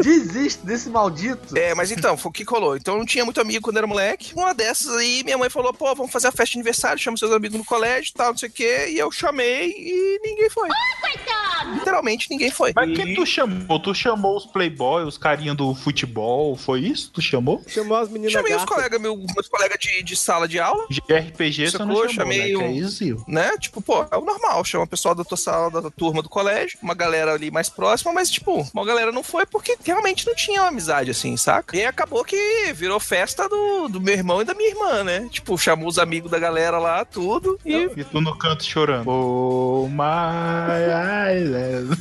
Desiste desse maldito. É, mas então, foi o que colou. Então eu não tinha muito amigo quando era moleque. Uma dessas aí, minha mãe falou: pô, vamos fazer a festa de aniversário, chama seus amigos no colégio e tal, não sei o quê. E eu chamei e ninguém foi. Coitado! Literalmente ninguém foi. Mas quem tu chamou? Tu chamou os playboys, os carinha do futebol? Foi isso? Tu chamou? Chamou as meninas Chamei os gatas. colegas, meu, meus colegas de, de sala de aula. De RPG, você não chamou, chamei né? um- Que é isso? né? Tipo, pô, é o normal. Chama o pessoal da tua sala, da tua turma do colégio, uma galera ali mais próxima, mas, tipo, uma galera não foi porque realmente não tinha uma amizade, assim, saca? E aí acabou que virou festa do, do meu irmão e da minha irmã, né? Tipo, chamou os amigos da galera lá, tudo, e E tu no canto chorando. Oh, my island.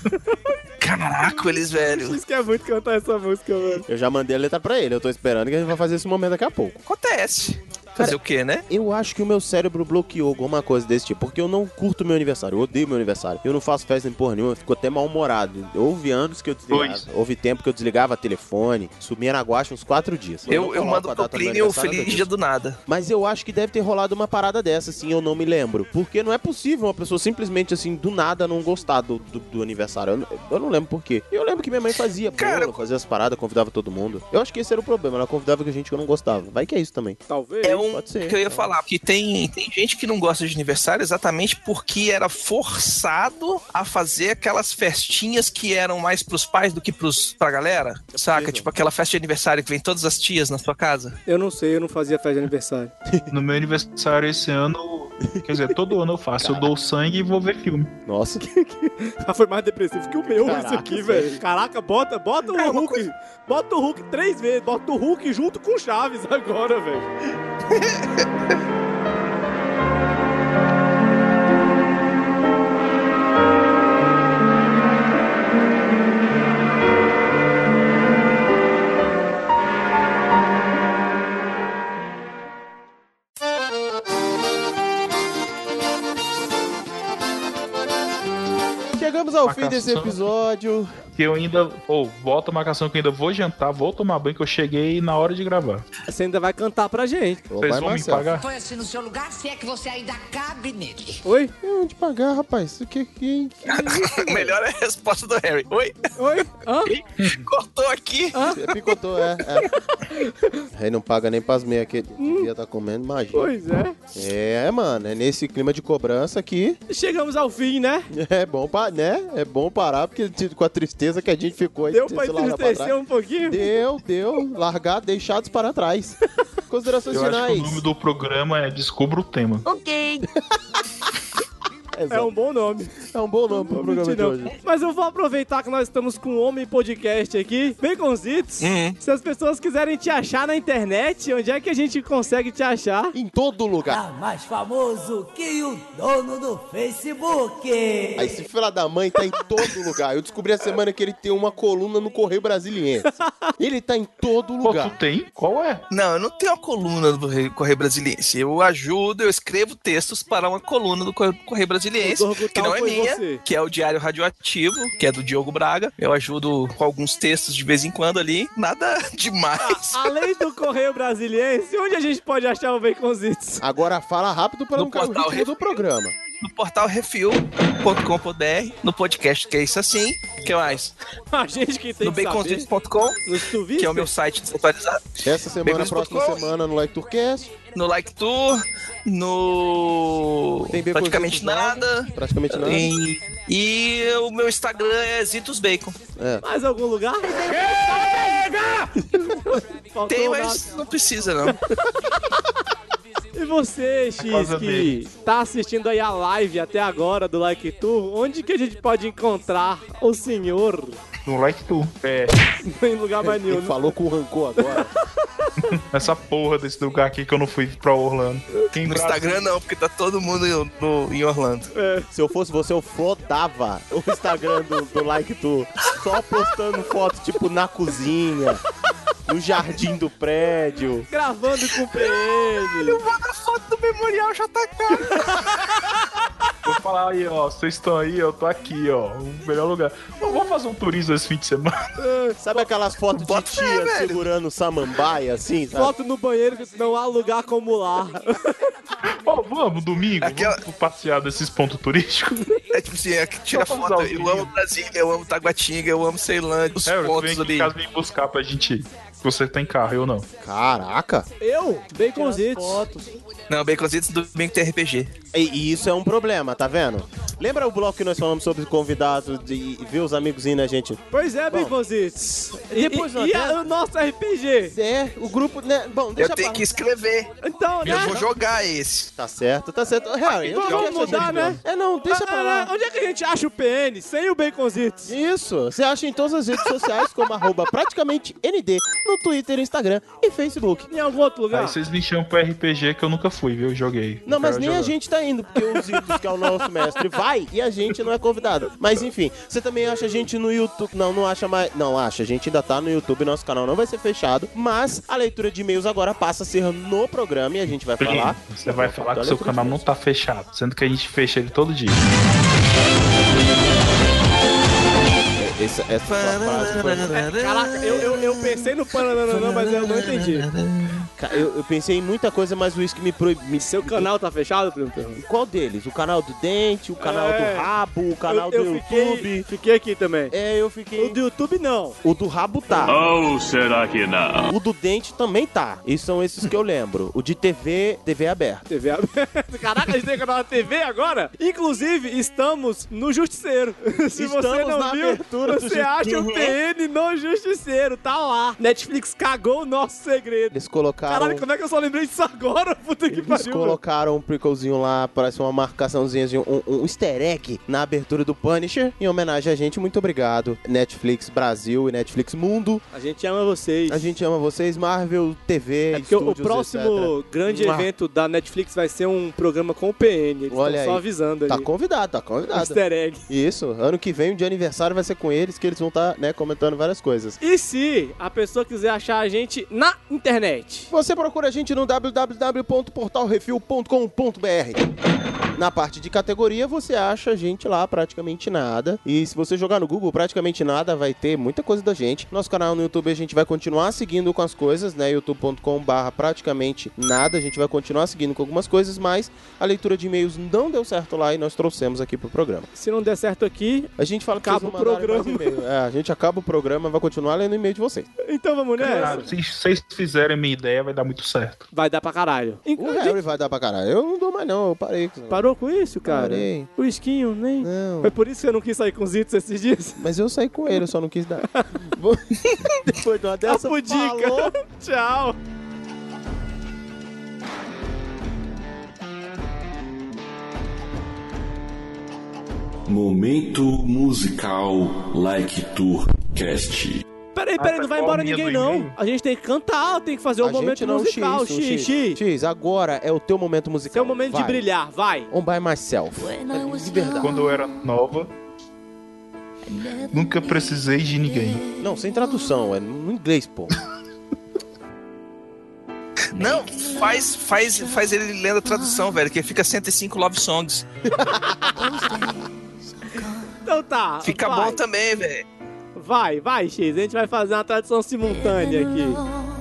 Caraca, eles, velho. Vocês querem é muito cantar essa música, mano. Eu já mandei a letra pra ele, eu tô esperando que a gente vai fazer esse momento daqui a pouco. acontece. Fazer o quê, né? Eu acho que o meu cérebro bloqueou alguma coisa desse tipo, porque eu não curto meu aniversário, eu odeio meu aniversário. Eu não faço festa em porra nenhuma, eu fico até mal-humorado. Houve anos que eu desligava, Pois. houve tempo que eu desligava telefone, sumia na guacha uns quatro dias. Eu, não eu coloco mando a pro data do meu Plínio aniversário, nada feliz disso. dia do nada. Mas eu acho que deve ter rolado uma parada dessa, assim, eu não me lembro. Porque não é possível uma pessoa simplesmente, assim, do nada não gostar do, do, do aniversário. Eu, n- eu não lembro por quê. Eu lembro que minha mãe fazia bolo, fazia as paradas, convidava todo mundo. Eu acho que esse era o problema, ela convidava que a gente que eu não gostava. Vai que é isso também. Talvez, é um... pode ser. que eu ia falar, que tem, tem gente que não gosta de aniversário exatamente porque era forçado a fazer aquelas festinhas que eram mais pros pais do que pros, pra É galera. Saca? Tipo aquela festa de aniversário que vem todas as tias na sua casa. Eu não sei, eu não fazia festa de aniversário. No meu aniversário esse ano, quer dizer, todo ano eu faço. Eu dou sangue e vou ver filme. Nossa. Ah, foi mais depressivo que o meu Caraca, isso aqui, velho. velho. Caraca, bota, bota o Hulk. Bota o Hulk três vezes. Bota o Hulk junto com o Chaves agora, velho. Chegamos ao fim Marcação. desse episódio. Que eu ainda. Ou, volta a marcação que eu ainda vou jantar, vou tomar banho, que eu cheguei na hora de gravar. Você ainda vai cantar pra gente. Vocês vão me pagar? Põe-se no seu lugar, se é que você ainda cabe nele. Oi? Eu vou te pagar, rapaz. O que é que... Melhor é a resposta do Harry. Oi? Oi? Ih, Cortou aqui. Picotou, é. Aí não paga nem pras meias que ele Hum. devia tá comendo, imagina. Pois é. É, mano, é nesse clima de cobrança que Chegamos ao fim, né? é bom, pa, né? É bom parar, porque t- com a tristeza que a gente ficou aí, Deu se pra largar entristecer trás. um pouquinho? Deu, deu. Largar, deixados para trás. Considerações Eu acho que o finais. nome do programa é Descubra o Tema. Ok. É um bom nome. É um bom nome pro programa de hoje. Mas eu vou aproveitar que nós estamos com o Homem Podcast aqui. Baconzitos, Uhum. se as pessoas quiserem te achar na internet, onde é que a gente consegue te achar? Em todo lugar. Tá mais famoso que o dono do Facebook. Aí esse filho da mãe tá em todo lugar. Eu descobri a semana que ele tem uma coluna no Correio Brasiliense. Ele tá em todo lugar. tem? Qual é? Não, eu não tenho uma coluna do Correio- Correio Brasiliense. Eu ajudo, eu escrevo textos para uma coluna do Cor- Correio Brasiliense, O Zorgo que não é foi minha, você. que é o Diário Radioativo, que é do Diogo Braga. Eu ajudo com alguns textos de vez em quando ali. Nada demais. Além do Correio Brasiliense, onde a gente pode achar o Baconzitos? Agora fala rápido para não cair o ritmo do programa. No portal refil.com.br, no podcast que é isso assim. que mais? A gente que tem No que saber. baconzitos.com, que é o meu site desatualizado. Essa semana, Baconzitos.com, próxima semana no Like Tourcast. No Like Tour, no. Tem Baconzitos Praticamente nada. Praticamente nada. Em- E o meu Instagram é Zitos Bacon. É. Mais algum lugar? Tem, mas não precisa, não. E você, X, causa que dele. tá assistindo aí a live até agora do Like Tour, onde que a gente pode encontrar o senhor? No like tu. É. Em lugar mais nenhum. né? Falou com rancor agora. Essa porra desse lugar aqui que eu não fui pra Orlando. Quem No Instagram não, porque tá todo mundo em, no- em Orlando. Se eu fosse você, eu flodava o Instagram do, do Like Tu. Só postando foto, tipo, na cozinha, no jardim do prédio. Gravando com o PN. a foto do memorial já tá Vou falar aí, ó. Vocês estão aí, eu tô aqui, ó. O melhor lugar. Eu vou fazer um turismo esse fim de semana. Sabe aquelas fotos de tia segurando samambaia, assim? sabe? Foto no banheiro que não há lugar como lá. Ó, vamos, domingo, vamos passear desses pontos turísticos. É tipo assim, é que tira Só pra foto. usar o Eu amo Brasília, eu amo Taguatinga, eu amo Ceilândia, os É, você vem pontos aqui em ali. casa me buscar pra gente ir. Você tem carro, eu não. Caraca! Eu? Baconzitos. Não, Baconzitos do Domingo tem RPG. E, e isso é um problema, tá vendo? Lembra o bloco que nós falamos sobre convidados e ver os amigos indo, né, gente? Pois é, Bom. Bifonzitos. E depois nós e, a- temos- o nosso RPG. É, o grupo, né? Bom, deixa eu tenho pra- que escrever. Ah. Então, né? Eu vou jogar esse. Tá certo, tá certo. Harry, Então onde vamos quer que a gente mudar, vá? né? É, não, deixa pra lá. Onde é que a gente acha o PN sem o Baconzitos? Isso, você acha em todas as redes sociais como arroba praticamente ND, no Twitter, Instagram e Facebook. Em algum outro lugar? Aí vocês me chamam pro RPG que eu nunca fui, viu? Joguei. Não, mas Quero nem a jogar. gente tá indo, porque o Zitos, que é o nosso mestre, vai e a gente não é convidado. Mas enfim, você também acha a gente no YouTube. Não, não acha mais. Não, acha. A gente ainda tá no YouTube, nosso canal não vai ser fechado. Mas a leitura de e-mails agora passa a ser no programa e a gente vai falar. Você vai falar que Olha seu que canal não tá fechado, sendo que a gente fecha ele todo dia. É, Essa, essa sua frase foi. Caraca, eu, eu, eu pensei no Pananana, mas eu não entendi. Ca- Eu, eu pensei em muita coisa, mas o uísque me proibiu. Seu canal tá fechado, Primo Perro? Qual deles? O canal do dente, o canal É. do rabo, o canal Eu- eu do fiquei- YouTube. Fiquei aqui também. É, eu fiquei. O do YouTube não. O do rabo tá. Ou Oh, será que não? O do dente também tá. E são esses que eu lembro. O de TV, TV aberta. TV aberta. Caraca, a gente tem canal na TV agora? Inclusive, estamos no Justiceiro. Se você Estamos não na viu, abertura do você acha o Justiceiro. PN no Justiceiro. Tá lá. Netflix cagou o nosso segredo. Eles colocaram. Caralho, como é que eu só lembrei disso agora? Puta que Eles pariu. mano. colocaram um pricklezinho lá, parece uma marcaçãozinha, assim, um, um easter egg na abertura do Punisher, em homenagem a gente. Muito obrigado, Netflix Brasil e Netflix Mundo. A gente ama vocês. A gente ama vocês, Marvel TV, É porque o- o estúdios, próximo etc. grande Mua. evento da Netflix vai ser um programa com o PN. Eles Olha estão só aí. avisando ali. Tá convidado, tá convidado. Easter egg. Isso, ano que vem, o de aniversário vai ser com eles, que eles vão estar, né, comentando várias coisas. E se a pessoa quiser achar a gente na internet? Você procura a gente no www.portalrefil.com.br. Na parte de categoria, você acha a gente lá praticamente nada. E se você jogar no Google praticamente nada, vai ter muita coisa da gente. Nosso canal no YouTube a gente vai continuar seguindo com as coisas, né? youtube.com/barra praticamente nada. A gente vai continuar seguindo com algumas coisas, mas a leitura de e-mails não deu certo lá e nós trouxemos aqui pro programa. Se não der certo aqui, A gente fala que Acaba vocês não o mandarem mais programa. e-mail. É, a gente acaba o programa, vai continuar lendo e-mail de vocês. então vamos Caralho, nessa. É, se vocês fizerem a minha ideia, vai dar muito certo. Vai dar pra caralho. é, O Harry vai dar pra caralho. Eu não dou mais não, eu parei. com isso. Parou com isso, cara? Parei. O esquinho, nem. Não. Foi por isso que eu não quis sair com os itens esses dias? Mas eu saí com ele, eu só não quis dar. Vou- Depois de uma dessa, Pudica. falou. Tá Tchau. Momento musical Like Tour Cast. Peraí, Ah, peraí, não vai embora ninguém não. A gente tem que cantar, tem que fazer o A momento gente não, musical. X, um X, xixi. X, agora é o teu momento musical. Seu um Momento de brilhar, vai. On by myself. De verdade. Quando eu era nova, nunca precisei de ninguém. Não, sem tradução, é no inglês, pô. Não, faz, faz, faz ele lendo a tradução, velho, que fica 105 Love Songs. Então tá. Fica vai. bom também, velho. Vai, vai, X. A gente vai fazer uma tradução simultânea aqui.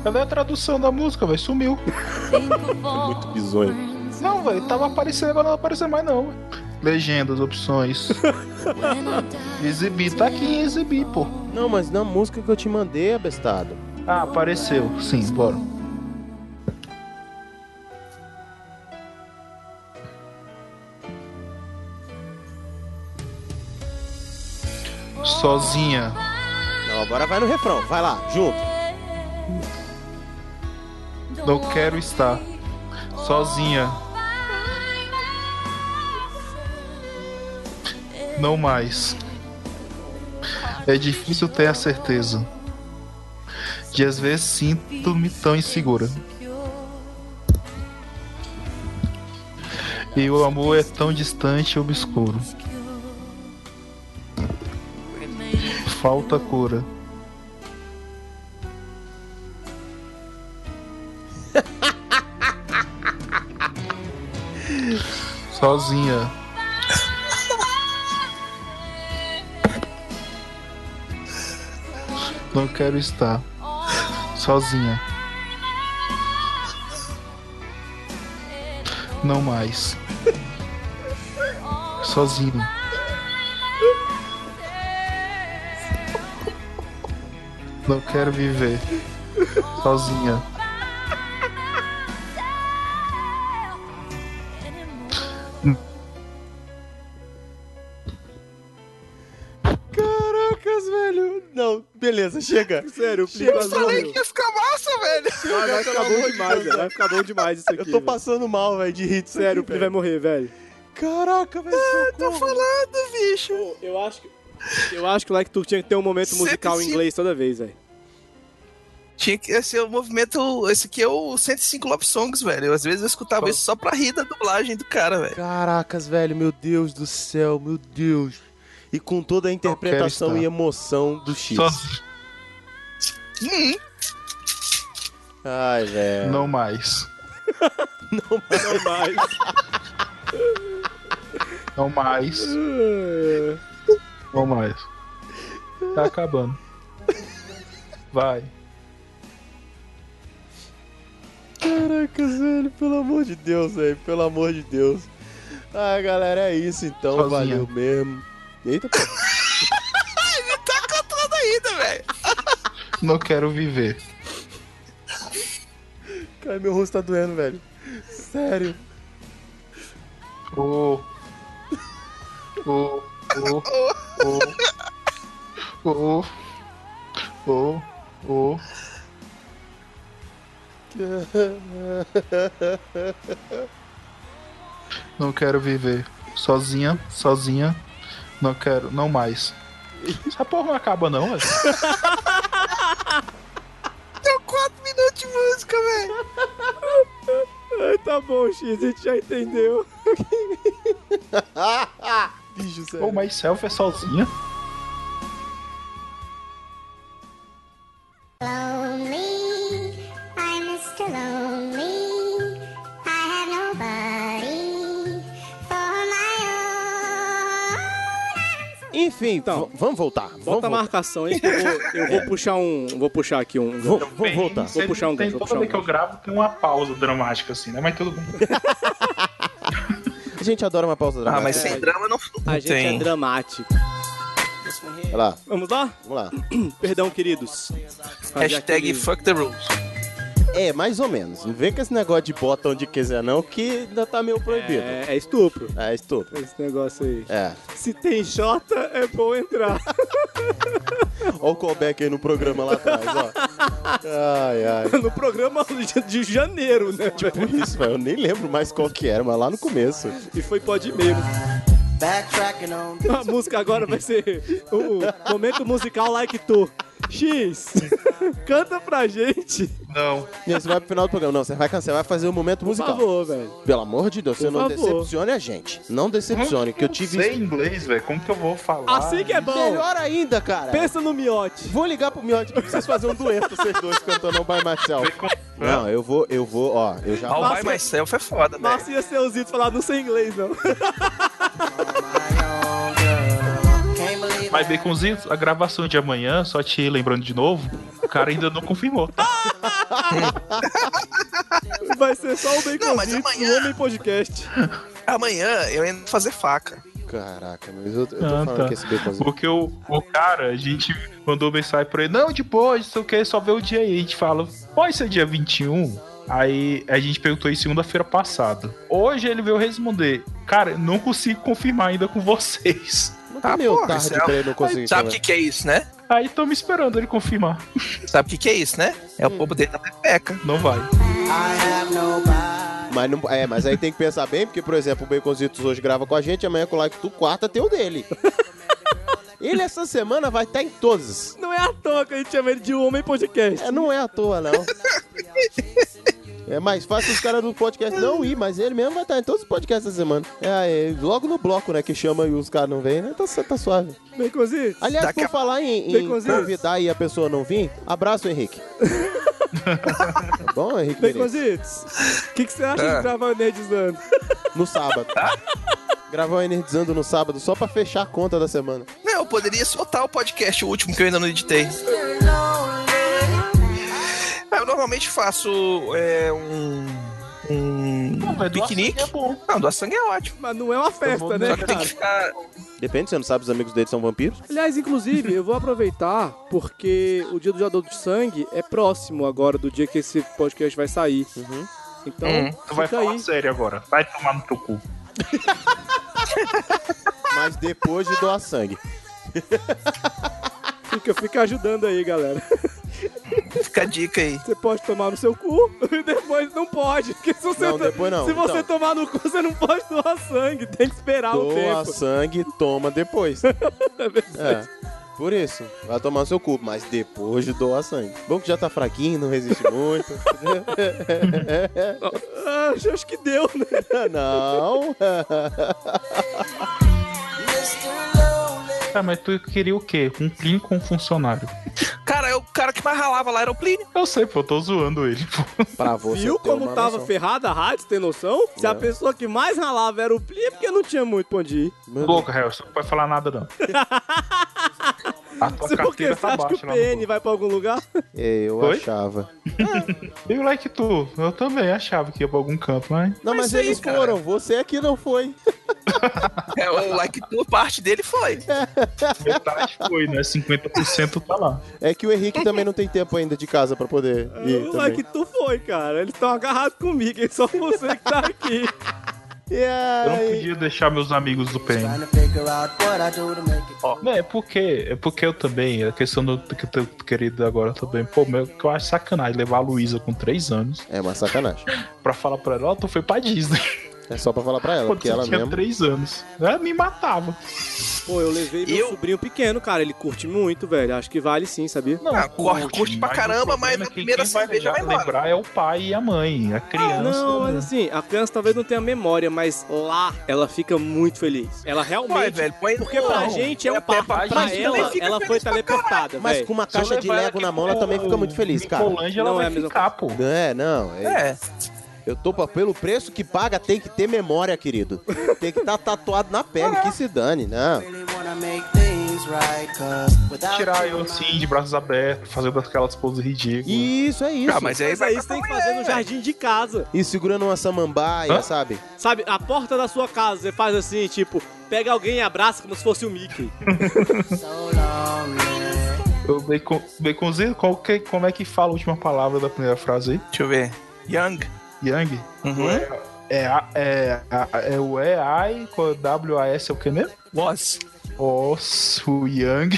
Cadê a tradução da música, velho? Sumiu. Muito bizonho. Não, velho, tava aparecendo, agora não apareceu mais não. velho. Legendas, opções. exibir, tá aqui em exibir, pô. Não, mas na música que eu te mandei, abestado. Ah, apareceu. Sim, bora. Sozinha. Não, agora vai no refrão, vai lá, junto. Não quero estar sozinha. Não mais. É difícil ter a certeza. De às vezes sinto-me tão insegura. E o amor é tão distante e obscuro. Falta cura. Sozinha. Não quero estar sozinha. Não mais. Sozinho. Não quero viver sozinha. Beleza, chega. Sério, o Chega, Felipe eu falei Azul. que ia ficar massa, velho. Vai, vai ficar bom demais, velho. Vai ficar bom demais isso aqui. Eu tô velho. passando mal, velho, de rir disso Sério, o aqui, Felipe vai velho. morrer, velho. Caraca, velho. Ah, tô falando, bicho. Eu acho que. Eu acho que o Like Tour tinha que ter um momento musical em 105. inglês toda vez, velho. Tinha que ser o movimento. Esse aqui é o 105 Love Songs, velho. Às vezes eu escutava isso só pra rir da dublagem do cara, velho. Caracas, velho, meu Deus do céu, meu Deus. E com toda a interpretação estar. e emoção do X. Hum. Ai, velho. Não mais. Não mais. Não mais. Não mais. Tá acabando. Vai. Caracas, velho, pelo amor de Deus, velho, pelo amor de Deus. Ah, galera, é isso então, Sozinha. valeu mesmo. Eita, pô. Ele tá cantando ainda, velho. Não quero viver. Cara, meu rosto tá doendo, velho. Sério. O. O. O. O. O. O. O. Não quero viver. Sozinha, sozinha. Não quero, não mais. Essa porra não acaba, não, velho. Deu 4 minutos de música, velho. Ai, tá bom, X, a gente já entendeu. Bicho, Pô, mas selfie é sozinha. Lonely, I'm Mr. Lonely. I have nobody for my Enfim, então, vamos voltar. vamos É. Bota a marcação aí que eu vou, eu vou puxar um. Vou puxar aqui um. Vou- vou Bem, voltar. Vou puxar um Tem gancho, vou puxar um toda vez que eu gancho. gravo tem uma pausa dramática assim, né? Mas tudo bem. A gente adora uma pausa dramática. Ah, drama não, É. A gente é dramático. Vai lá. Vamos lá? Vamos lá. Perdão, queridos. Fazer Hashtag aquele- fuck the rules. É, mais ou menos. Não vem com esse negócio de bota onde quiser, não, que ainda tá meio proibido. É, é estupro. É, estupro. Esse negócio aí. É. Se tem Jota, é bom entrar. Olha o callback aí no programa lá atrás, ó. Ai, ai. no programa de- de janeiro, né? Tipo isso, velho. Eu nem lembro mais qual que era, mas lá no começo. E foi pode mesmo. Backtracking on. A música agora vai ser o momento musical like tu. X, canta pra gente. Não. E aí você vai pro final do programa. Não, você vai cancelar, vai fazer o momento musical. favor, velho. Pelo amor de Deus, Por você não favor. decepcione a gente. Não decepcione, que eu tive... Sei inglês, velho. Como que eu vou falar? Assim que é bom. Melhor ainda, cara. Pensa no miote. Vou ligar pro Miotti que vocês fazer um dueto, vocês dois, cantando All By Myself. Não, eu vou, eu vou, ó, eu já... All by myself é foda, velho. Márcio ia ser o Zito falar, não sei inglês, não. é. Mas Baconzitos, a gravação de amanhã, só te lembrando de novo, o cara ainda não confirmou. Ah, Vai ser só o Não, mas Baconzito, amanhã- o Homem Podcast. Amanhã eu ainda vou fazer faca. Caraca, mas eu, eu tô Ah, falando tá. que esse baconzinho... Porque o, o cara, a gente mandou mensagem pra ele, não, de boa, isso que só vê o dia aí. A gente fala, pode ser dia 21? Aí a gente perguntou em segunda-feira passada. Hoje ele veio responder, cara, não consigo confirmar ainda com vocês. Não tá meio porra, tarde isso é- pra ele não conseguir Sabe o também. que, que é isso, né? Aí tô me esperando ele confirmar. Sabe o que, que é isso, né? É o povo dele da pepeca. Não vai. Mas, não, é, mas aí tem que pensar bem, porque, por exemplo, o Baconzitos hoje grava com a gente, amanhã com o Like Tu quarta tem o dele. Ele essa semana vai estar em todas. Não é à toa que a gente chama ele de Homem Podcast. É, não é à toa, não. É mais fácil os caras do podcast não ir, mas ele mesmo vai estar em todos os podcasts essa semana. É, é, logo no bloco, né, que chama e os caras não vêm, né? Tá, tá suave. Baconzito. Aliás, Daqui por a- falar em, em Baconzitos. convidar e a pessoa não vir, abraço, Henrique. tá bom, Henrique? Menezes? Baconzitos, o que, que você acha de Ah. gravar o Nerdizando? No sábado. Gravar o Energizando no sábado só pra fechar a conta da semana. Não, eu poderia soltar o podcast, o último que eu ainda não editei. Eu normalmente faço é, um. Um. Não, mas doar piquenique. sangue é bom. Não, doar sangue é ótimo. Mas não é uma festa, né, só Tem que cara? ficar. Depende, você não sabe se os amigos dele são vampiros? Aliás, inclusive, eu vou aproveitar porque o dia do doador de sangue é próximo agora do dia que esse podcast vai sair. Então, Hum. Uhum. É. Tu vai fica falar aí. sério agora. Vai tomar no teu cu. Mas depois de doar sangue. Fica, fica ajudando aí, galera. Fica a dica aí. Você pode tomar no seu cu e depois não pode. Porque se você, Não, depois não, Se você então. tomar no cu, você não pode doar sangue. Tem que esperar um Doa tempo. sangue, toma depois. é. Por isso, vai tomar no seu cu, mas depois de doar sangue. Bom que já tá fraquinho, não resiste muito. Ah, acho que deu, né? Ah, Não. Tá, mas tu queria o quê? Um clínico ou um funcionário? Cara, é o cara que mais ralava lá era o Plínio. Eu sei, pô, eu tô zoando ele. Pra você Viu como tava ferrada a rádio, você tem noção? É. Se a pessoa que mais ralava era o Pli, é porque não tinha muito pra onde ir. Louco, Harrison, não pode falar nada, não. A tua Você, por quê? carteira Você tá acha que baixa o lá no PN vai pra algum lugar? Eu Oi? achava. Eu like tu. Eu também achava que ia pra algum canto, mas. Não, mas, eles foram, você é que não foi. É, o like tu, parte dele foi. Metade foi, né? 50% tá lá. É que o Henrique também não tem tempo ainda de casa pra poder ir. O também. like tu foi, cara. Eles estão agarrados comigo, é só você que tá aqui. É, Eu não podia deixar meus amigos do PN. Ó, né, é porque, é porque eu também, a questão do que eu tô querido agora também, pô, meu, que eu acho sacanagem levar a Luísa com 3 anos. É uma sacanagem. pra falar pra ela, ó, tu foi pra Disney. É só pra falar pra ela, Quando porque você ela tinha mesmo. 3 anos. Ela me matava. Pô, eu levei meu sobrinho pequeno, cara. Ele curte muito, velho. Acho que vale sim, sabia? Não, Ah, curte, curte pra mas caramba, o problema mas é na que primeira quem vai cerveja vai embora. lembrar é o pai e a mãe, Ah, a criança. Não, mas né? assim, a criança talvez não tenha memória, mas lá ela fica muito feliz. Ela realmente. Ué, velho, põe- porque pra Não, gente é um é pra- papo. Pra, pra gente ela, também fica ela foi feliz pra teleportada. Mas velho. com uma Se eu caixa de levar Lego aqui na mão, ela pro- também fica muito feliz, cara. Nicolândia, ela Não vai é a mesma ficar, pô. É, não. É. É. Eu tô pra, pelo preço que paga, tem que ter memória, querido. Tem que estar tatuado na pele, que se dane, né? não. Tirar eu assim, de braços abertos, fazendo aquelas poses ridículas. Isso, é isso. Ah, mas aí Mas vai aí pra você tem que mulher, fazer no velho. jardim de casa. E segurando uma samambaia, Hã? sabe? Sabe, a porta da sua casa, você faz assim, tipo, pega alguém e abraça como se fosse o Mickey. Eu bacon, baconzinho, qual que, como é que fala a última palavra da primeira frase aí? Deixa eu ver. Young. Yang? Uhum. É, a- é, a- é o E, I, com W-A-S é o que mesmo? Was. Nossa, o Yang.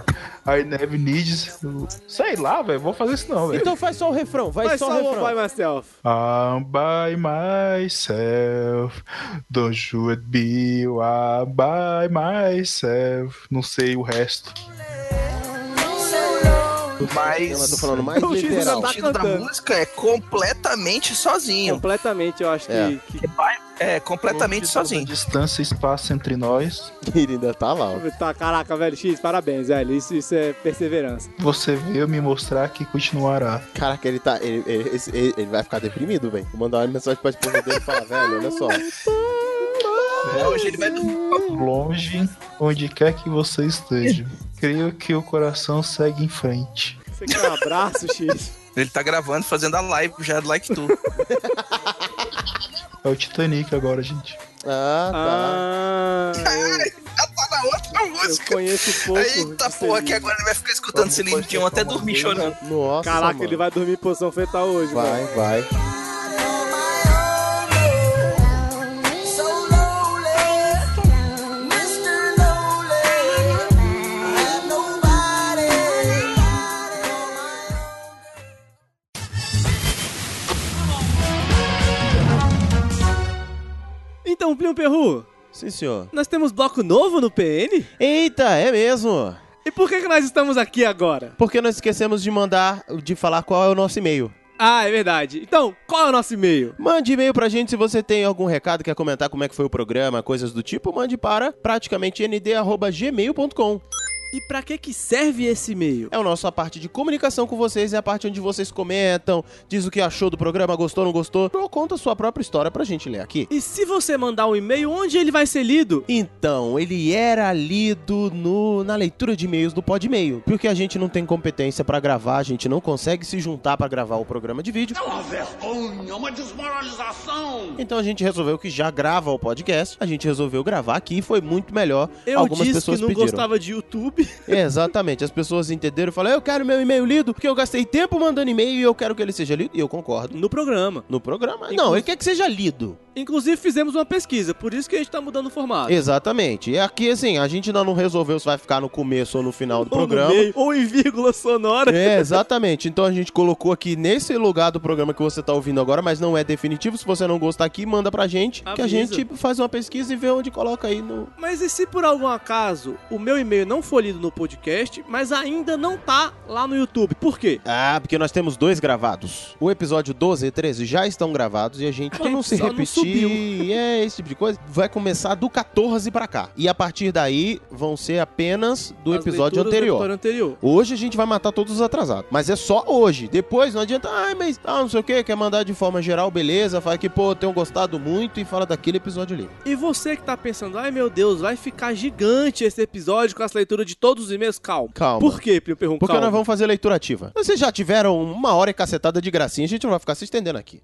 I never needs. Sei lá, velho, vou fazer isso não, velho. Então faz só o refrão, vai Mas só só o o by refrão. myself. I'm by myself, don't you it be, I'm by myself. Não sei o resto. Eu tô Mas tá falando mais O X ainda literal. o tá sentido da cantando. música é completamente sozinho. Completamente, eu acho É. que, que É, completamente sozinho. Distância e espaço entre nós. Ele ainda tá lá, ó. Tá, caraca, velho, X, parabéns, velho. Isso, isso é perseverança. Você veio me mostrar que continuará. Caraca, ele tá. Ele, ele, esse- ele- ele vai ficar deprimido, velho. Vou mandar uma mensagem pra esposa dele e falar, velho, olha só. Hoje ele vai. longe, onde quer que você esteja. Creio que o coração segue em frente. Você quer um abraço, X? Ele tá gravando, fazendo a live já do like tu. É o Titanic agora, gente. Ah, tá. Ah, eu, Já tá na outra eu música. conheço um pouco. Eita disso porra, aí. que agora ele vai ficar escutando Vamos Celine Dion até postar uma dormir coisa. chorando. Nossa. Caraca, mano. ele vai dormir em posição fetal hoje, Vai, mano. vai. Então, Plim Perru, Sim, senhor. nós temos bloco novo no PN? Eita, é mesmo. E por que, que nós estamos aqui agora? Porque nós esquecemos de mandar, de falar qual é o nosso e-mail. Ah, é verdade. Então, qual é o nosso e-mail? Mande e-mail pra gente se você tem algum recado, quer comentar como é que foi o programa, coisas do tipo, mande para praticamente nd@gmail.com. E pra que que serve esse e-mail? É o nosso a parte de comunicação com vocês, é a parte onde vocês comentam, diz o que achou do programa, gostou, não gostou, ou conta a sua própria história pra gente ler aqui. E se você mandar um e-mail, onde ele vai ser lido? Então, ele era lido no, na leitura de e-mails do Podmail, porque a gente não tem competência pra gravar, a gente não consegue se juntar pra gravar o programa de vídeo. É uma vergonha, uma desmoralização! Então a gente resolveu que já grava o podcast, a gente resolveu gravar aqui e foi muito melhor. Eu Algumas disse pessoas que não pediram. gostava de YouTube. É, exatamente, as pessoas entenderam e falaram, eu quero meu e-mail lido, porque eu gastei tempo mandando e-mail e eu quero que ele seja lido, e eu concordo. No programa. No programa? Inclusive- Não, ele quer que seja lido. Inclusive, fizemos uma pesquisa, por isso que a gente tá mudando o formato. Exatamente. E aqui, assim, a gente ainda não resolveu se vai ficar no começo ou no final do Ou no programa. meio, né? ou em vírgula sonora. É, exatamente. Então a gente colocou aqui nesse lugar do programa que você tá ouvindo agora, mas não é definitivo. Se você não gostar aqui, manda pra gente, que a Avisa. gente faz uma pesquisa e vê onde coloca aí no. Mas e se por algum acaso o meu e-mail não for lido no podcast, mas ainda não tá lá no YouTube? Por quê? Ah, porque nós temos dois gravados. O episódio 12 e 13 já estão gravados e a gente, pra não se Só não repetir, subiu. e é esse tipo de coisa, vai começar do 14 pra cá. E a partir daí vão ser apenas do As episódio leituras do anterior. episódio anterior. Hoje a gente vai matar todos os atrasados, mas é só hoje. Depois não adianta, ai, mas ah, não sei o que, quer mandar de forma geral, beleza, fala que, pô, eu tenho gostado muito e fala daquele episódio ali. E você que tá pensando, ai meu Deus, vai ficar gigante esse episódio com as leituras de todos os e-mails, calma. Calma. Por quê, Pio Perrum? Porque calma. nós vamos fazer leitura ativa. Vocês já tiveram uma hora e cacetada de gracinha, a gente não vai ficar se estendendo aqui.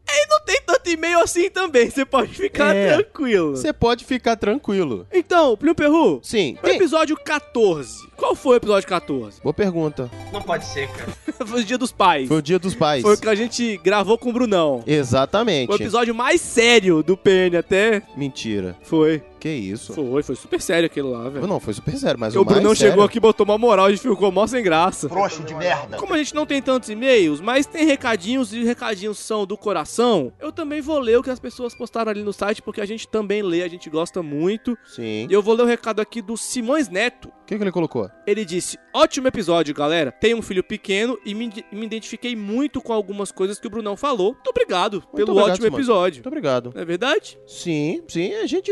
Tem tanto e-mail assim também, você pode ficar É. tranquilo. Você pode ficar tranquilo. Então, Plio Perru. Sim. o Episódio 14. Qual foi o episódio 14? Boa pergunta. Não pode ser, cara. foi o Dia dos Pais. Foi o Dia dos Pais. Foi o que a gente gravou com o Brunão. Exatamente. O episódio mais sério do PN até. Mentira. Foi. Que isso? Foi, foi super sério aquilo lá, velho. Não, foi super sério, mas o o mais Brunão sério- chegou aqui, botou uma moral, a gente ficou mó sem graça. Trouxa de merda. Como a gente não tem tantos e-mails, mas tem recadinhos e os recadinhos são do coração, eu também vou ler o que as pessoas postaram ali no site, porque a gente também lê, a gente gosta muito. Sim. E eu vou ler o recado aqui do Simões Neto. O que, que ele colocou? Ele disse: Ótimo episódio, galera. Tenho um filho pequeno e me, me identifiquei muito com algumas coisas que o Brunão falou. Muito obrigado pelo obrigado, ótimo Simões. episódio. Muito obrigado. Não é verdade? Sim, sim, a gente.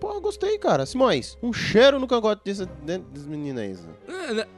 Pô, eu gostei, cara. Simões, um cheiro no cangote desse, desse menino aí. Zé.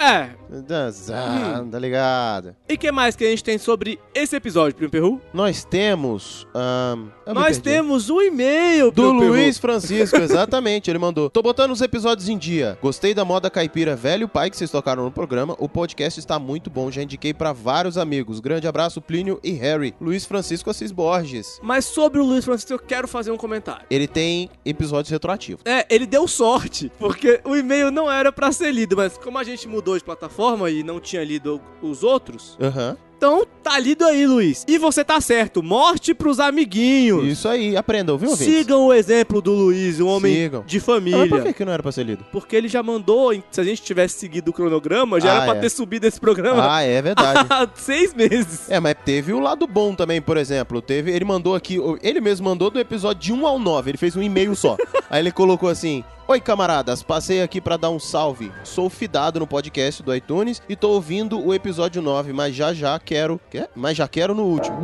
É. Dançar, Hum. tá ligado? E o que mais que a gente tem sobre esse episódio, Primo Perru? Nós temos. ahn, eu me Nós perdi. temos um e-mail Do Primo Perru. Luiz Francisco, exatamente. Ele mandou. Tô botando os episódios em dia. Gostei da moda caipira Velho Pai que vocês tocaram no programa. O podcast está muito bom. Já indiquei pra vários amigos. Grande abraço, Plínio e Harry. Luiz Francisco Assis Borges. Mas sobre o Luiz Francisco, eu quero fazer um comentário. Ele tem episódios retroativos. É, ele deu sorte, porque o e-mail não era pra ser lido, mas como a gente mudou de plataforma e não tinha lido os outros, Aham. então tá lido aí, Luiz. E você tá certo, morte pros amiguinhos. Isso aí, aprendam, viu, ouvintes? Sigam o exemplo do Luiz, um homem Sigam. de Ah, mas por que, família. que não era pra ser lido? Porque ele já mandou, se a gente tivesse seguido o cronograma, já Ah, era pra é. ter subido esse programa. Ah, é verdade. há seis meses. É, mas teve o lado bom também, por exemplo. Teve, ele mandou aqui, ele mesmo mandou do episódio de 1 ao 9, ele fez um e-mail só. Aí ele colocou assim: Oi, camaradas, passei aqui pra dar um salve. Sou fidado no podcast do iTunes e tô ouvindo o episódio 9, mas já já quero. Quê? Mas já quero no último.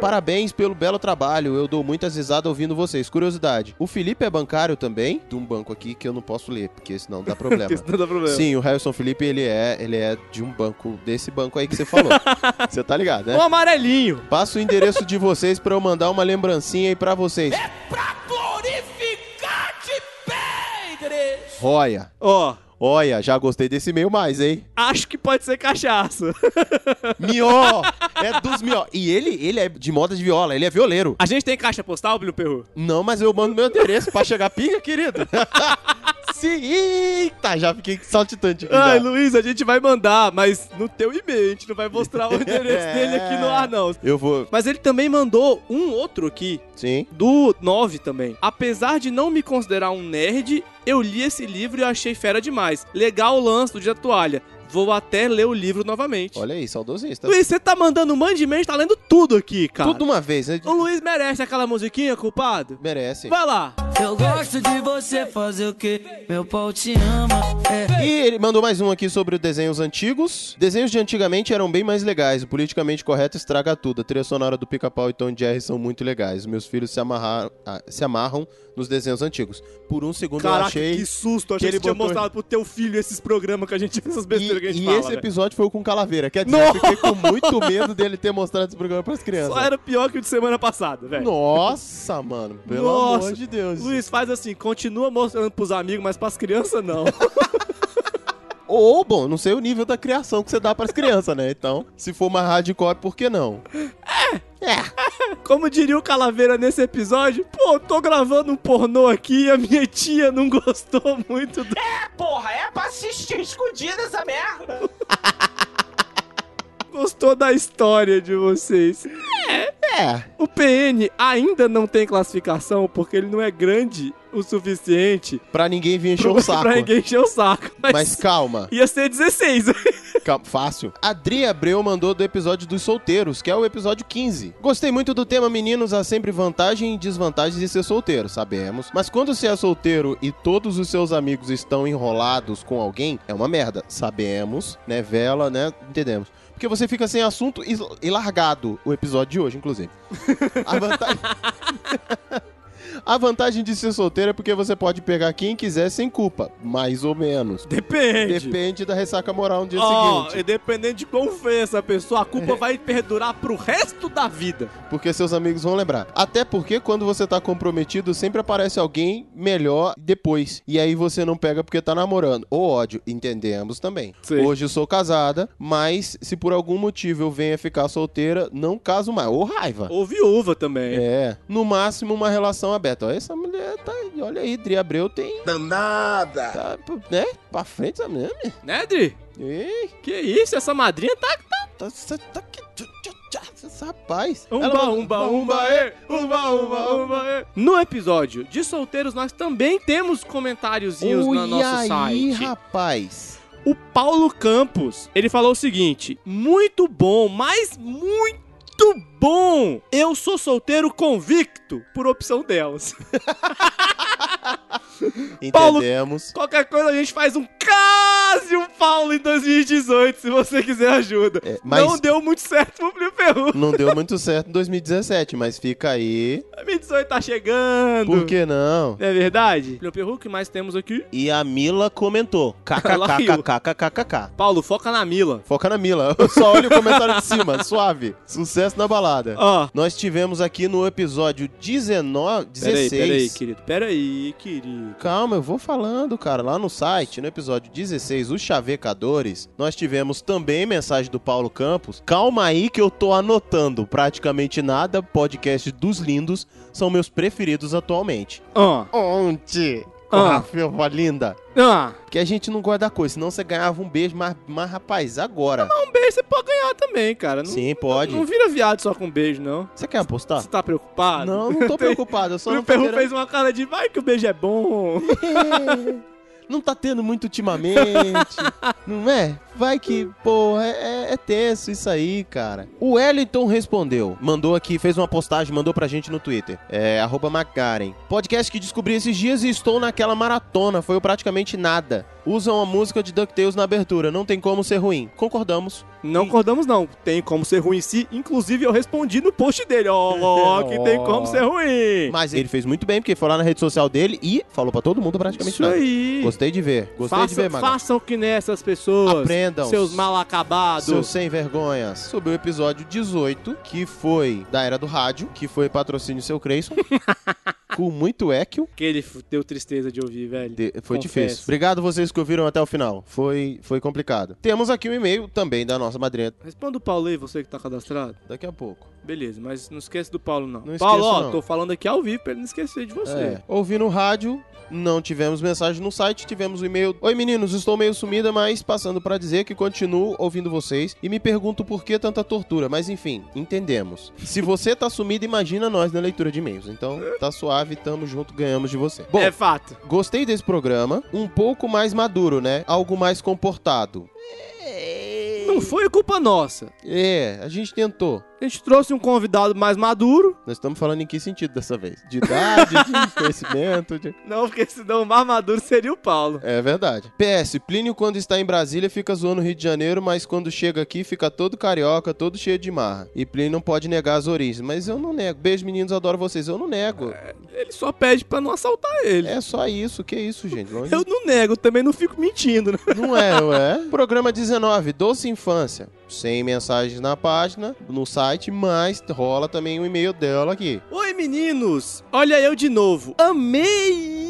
Parabéns pelo belo trabalho, eu dou muitas risadas ouvindo vocês. Curiosidade: o Felipe é bancário também, de um banco aqui que eu não posso ler, porque senão dá problema. Porque senão dá problema. Sim, o Harrison Felipe, ele é, ele é de um banco, desse banco aí que você falou. Você tá ligado, né? Um amarelinho. Passa o endereço de vocês pra eu mandar uma lembrancinha aí pra vocês. Olha, Ó, olha, já gostei desse e-mail mais, hein? acho que pode ser cachaça. Mió! É dos mió. E ele, ele é de moda de viola, ele é violeiro. A gente tem caixa postal, Bruno Perru? Não, mas eu mando meu endereço pra chegar pinga, querido. Sim, eita, já fiquei saltitante aqui. Ai, já. Luiz, a gente vai mandar, mas no teu e-mail, a gente não vai mostrar o endereço É. dele aqui no ar, não. Eu vou. Mas ele também mandou um outro aqui, Sim. do 9 também. Apesar de não me considerar um nerd, eu li esse livro e achei fera demais. Legal o lance do dia da toalha. Vou até ler o livro novamente. Olha aí, saudosista. Luiz, você tá mandando um monte de e-mail, tá lendo tudo aqui, cara. Tudo uma vez, né? O Luiz merece aquela musiquinha, culpado? Merece. Vai lá. Eu gosto de você fazer o que meu pau te ama. E ele mandou mais um aqui sobre desenhos antigos. Desenhos de antigamente eram bem mais legais. O politicamente correto estraga tudo. A trilha sonora do Pica-Pau e Tom e Jerry são muito legais. Meus filhos se, amarrar, ah, se amarram nos desenhos antigos. Por um segundo eu Caraca, achei... que susto. que Achei que, ele você tinha botou- mostrado pro teu filho esses programas que a gente fez, essas E, besteiras é que a gente e fala, esse é velho. episódio foi o com calaveira. Quer dizer, eu fiquei com muito medo dele ter mostrado esse programa pras crianças. Só era pior que o de semana passada, velho. Nossa, mano. Pelo Nossa. amor de Deus. Luiz, faz assim, continua mostrando pros amigos, mas pras crianças não. Ou, bom, não sei o nível da criação que você dá pras crianças, né? Então, se for uma hardcore, por que não? Como diria o Calaveira nesse episódio, pô, tô gravando um pornô aqui e a minha tia não gostou muito do... Porra, é pra assistir escondida essa merda. gostou da história de vocês. É. É. O PN ainda não tem classificação porque ele não é grande o suficiente Pra ninguém vir encher o saco. pra ninguém encher o saco. Mas, Mas calma. ia ser 16. Calma, fácil. Adri Abreu mandou do episódio dos solteiros, que é o episódio 15. Gostei muito do tema meninos, há sempre vantagem e desvantagens de ser solteiro, sabemos. Mas quando se é solteiro e todos os seus amigos estão enrolados com alguém, é uma merda, sabemos, né? Vela, né? Entendemos. Porque você fica sem assunto e e largado o episódio de hoje, inclusive. A vantagem... A vantagem de ser solteiro é porque você pode pegar quem quiser sem culpa, mais ou menos. Depende. Depende da ressaca moral no dia Ó, seguinte. e dependendo de quão feia essa pessoa, a culpa vai perdurar pro resto da vida. Porque seus amigos vão lembrar. Até porque quando você tá comprometido, sempre aparece alguém melhor depois. E aí você não pega porque tá namorando. Ou ódio, entendemos também. Sim. Hoje eu sou casada, mas se por algum motivo eu venha ficar solteira, não caso mais. Ou raiva. Ou viúva também. É. No máximo, uma relação aberta. Ó, essa mulher tá. aí. Olha aí, Dri Abreu tem. Danada! Tá, né? Pra frente essa mulher, né? Né, Dri? Ei, Que isso, essa madrinha tá... tá, tá, tá que. tchá, tchá, tchá, Esse rapaz. Umba, umba, umba, ê! Umba, umba, umba, é." ê! No episódio de solteiros, nós também temos comentáriozinhos no Olha nosso aí, site. rapaz. O Paulo Campos, ele falou o seguinte: muito bom, mas muito bom! Eu sou solteiro convicto por opção delas. Paulo- Entendemos. Qualquer coisa a gente faz um quase um Paulo em 2018, se você quiser ajuda. É, mas Não deu muito certo pro Plio Ferru. não deu muito certo em 2017, mas fica aí. 2018 tá chegando. Por que não? Não é verdade? Plio Ferru, o que mais temos aqui? E a Mila comentou. Ela riu. KKKKKKKK. Paulo, foca na Mila. Foca na Mila. Eu só olho o comentário de cima. Suave. Sucesso na balada. Ó. Nós tivemos aqui no episódio 19, 16. Peraí, peraí, querido. Peraí, querido. Calma, eu vou falando, cara. Lá no site, no episódio 16, os chavecadores, nós tivemos também mensagem do Paulo Campos. Calma aí que eu tô anotando praticamente nada. Podcast dos lindos são meus preferidos atualmente. Ah, Onde? Ah. Rafael linda. ah. Porque a gente não guarda coisa, senão você ganhava um beijo, mas, mas rapaz, agora. Um beijo você pode ganhar também, cara. Não, Sim, pode. não vira viado só com beijo, não. Você quer apostar? Você tá preocupado? Não, não tô preocupado, eu só O não Plio Ferru quero- fez uma cara de vai que o beijo é bom. Não tá tendo muito ultimamente, não é? Vai que, porra, é, é- é tenso isso aí, cara. O Wellington respondeu, mandou aqui, fez uma postagem, mandou pra gente no Twitter. É, arroba Macaren. Podcast que descobri esses dias e estou naquela maratona, foi o praticamente nada. Usam a música de DuckTales na abertura, não tem como ser ruim. Concordamos. Não concordamos, não. Tem como ser ruim sim. Inclusive, eu respondi no post dele. Ó, ó, que tem como ser ruim. Mas ele fez muito bem, porque foi lá na rede social dele e falou pra todo mundo praticamente Isso nada. aí. Gostei de ver, gostei façam, de ver, Maga. façam que nessas pessoas. Aprendam. Seus mal acabados. Seu Sem Vergonhas, sobre o episódio 18, que foi da Era do Rádio, que foi patrocínio Seu Creyson, com muito equio. Que ele f- deu tristeza de ouvir, velho. De- foi Confesso. difícil. Obrigado vocês que ouviram até o final. Foi, foi complicado. Temos aqui um e-mail também da nossa madrinha. Responda o Paulo aí, você que tá cadastrado. Daqui a pouco. Beleza, mas não esquece do Paulo, não. Não Paulo, esqueço, ó, não. tô falando aqui ao vivo pra ele não esquecer de você. É. Ouvindo o rádio, não tivemos mensagem no site, tivemos o e-mail. Oi meninos, estou meio sumida, mas passando pra dizer que continuo ouvindo vocês e me pergunto por que tanta tortura, mas enfim, entendemos. Se você tá sumida, imagina nós na leitura de e-mails. Então, tá suave, tamo junto, ganhamos de você. Bom, É fato. gostei desse programa, um pouco mais maduro, né? Algo mais comportado. Não foi culpa nossa. É, a gente tentou. A gente trouxe um convidado mais maduro. Nós estamos falando em que sentido dessa vez? De idade, de conhecimento, de... Não, porque senão o mais maduro seria o Paulo. É verdade. PS, Plínio quando está em Brasília fica zoando o Rio de Janeiro, mas quando chega aqui fica todo carioca, todo cheio de marra. E Plínio não pode negar as origens, mas eu não nego. Beijo, meninos, adoro vocês. Eu não nego. Ele só pede pra não assaltar ele. É só isso, que isso, gente. Longe- Eu não nego, também não fico mentindo, né? Não é, não é? Programa 19, Doce Infância. Sem mensagens na página, no site, mas rola também o e-mail dela aqui. Oi, meninos! Olha eu de novo. Amei!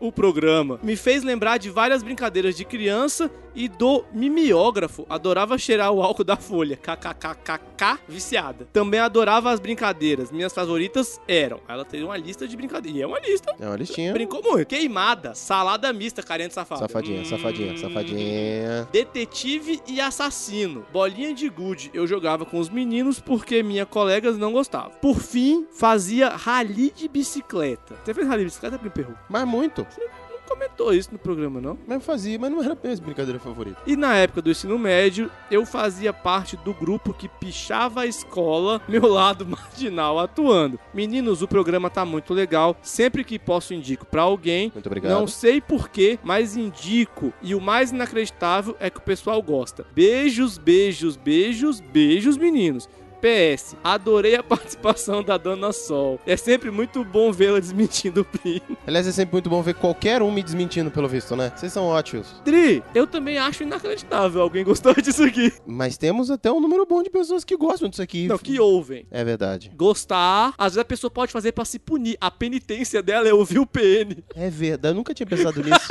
O programa me fez lembrar de várias brincadeiras de criança e do mimeógrafo. Adorava cheirar o álcool da folha. KKKKK, viciada. Também adorava as brincadeiras. Minhas favoritas eram. Ela tem uma lista de brincadeiras. E é uma lista. É uma listinha. Brincou muito. Queimada, salada mista, carente safada. Safadinha, safadinha, safadinha. Detetive e assassino. Bolinha de gude. Eu jogava com os meninos porque minha colegas não gostavam. Por fim, fazia rally de bicicleta. Você fez rally de bicicleta, Primo Perru? Mas muito. Você não comentou isso no programa, não? Mas eu fazia, mas não era a minha brincadeira favorita. E na época do ensino médio, eu fazia parte do grupo que pichava a escola, meu lado marginal atuando. Meninos, o programa tá muito legal. Sempre que posso, indico pra alguém. Muito obrigado. Não sei porquê, mas indico. E o mais inacreditável é que o pessoal gosta. Beijos, beijos, beijos, beijos, meninos. PS, adorei a participação da Dona Sol. É sempre muito bom vê-la desmentindo o primo. Aliás, é sempre muito bom ver qualquer um me desmentindo, pelo visto, né? Vocês são ótimos. Tri, eu também acho inacreditável. Alguém gostou disso aqui? Mas temos até um número bom de pessoas que gostam disso aqui. Não, que ouvem. É verdade. Gostar, às vezes a pessoa pode fazer pra se punir. A penitência dela é ouvir o PN. É verdade, eu nunca tinha pensado nisso.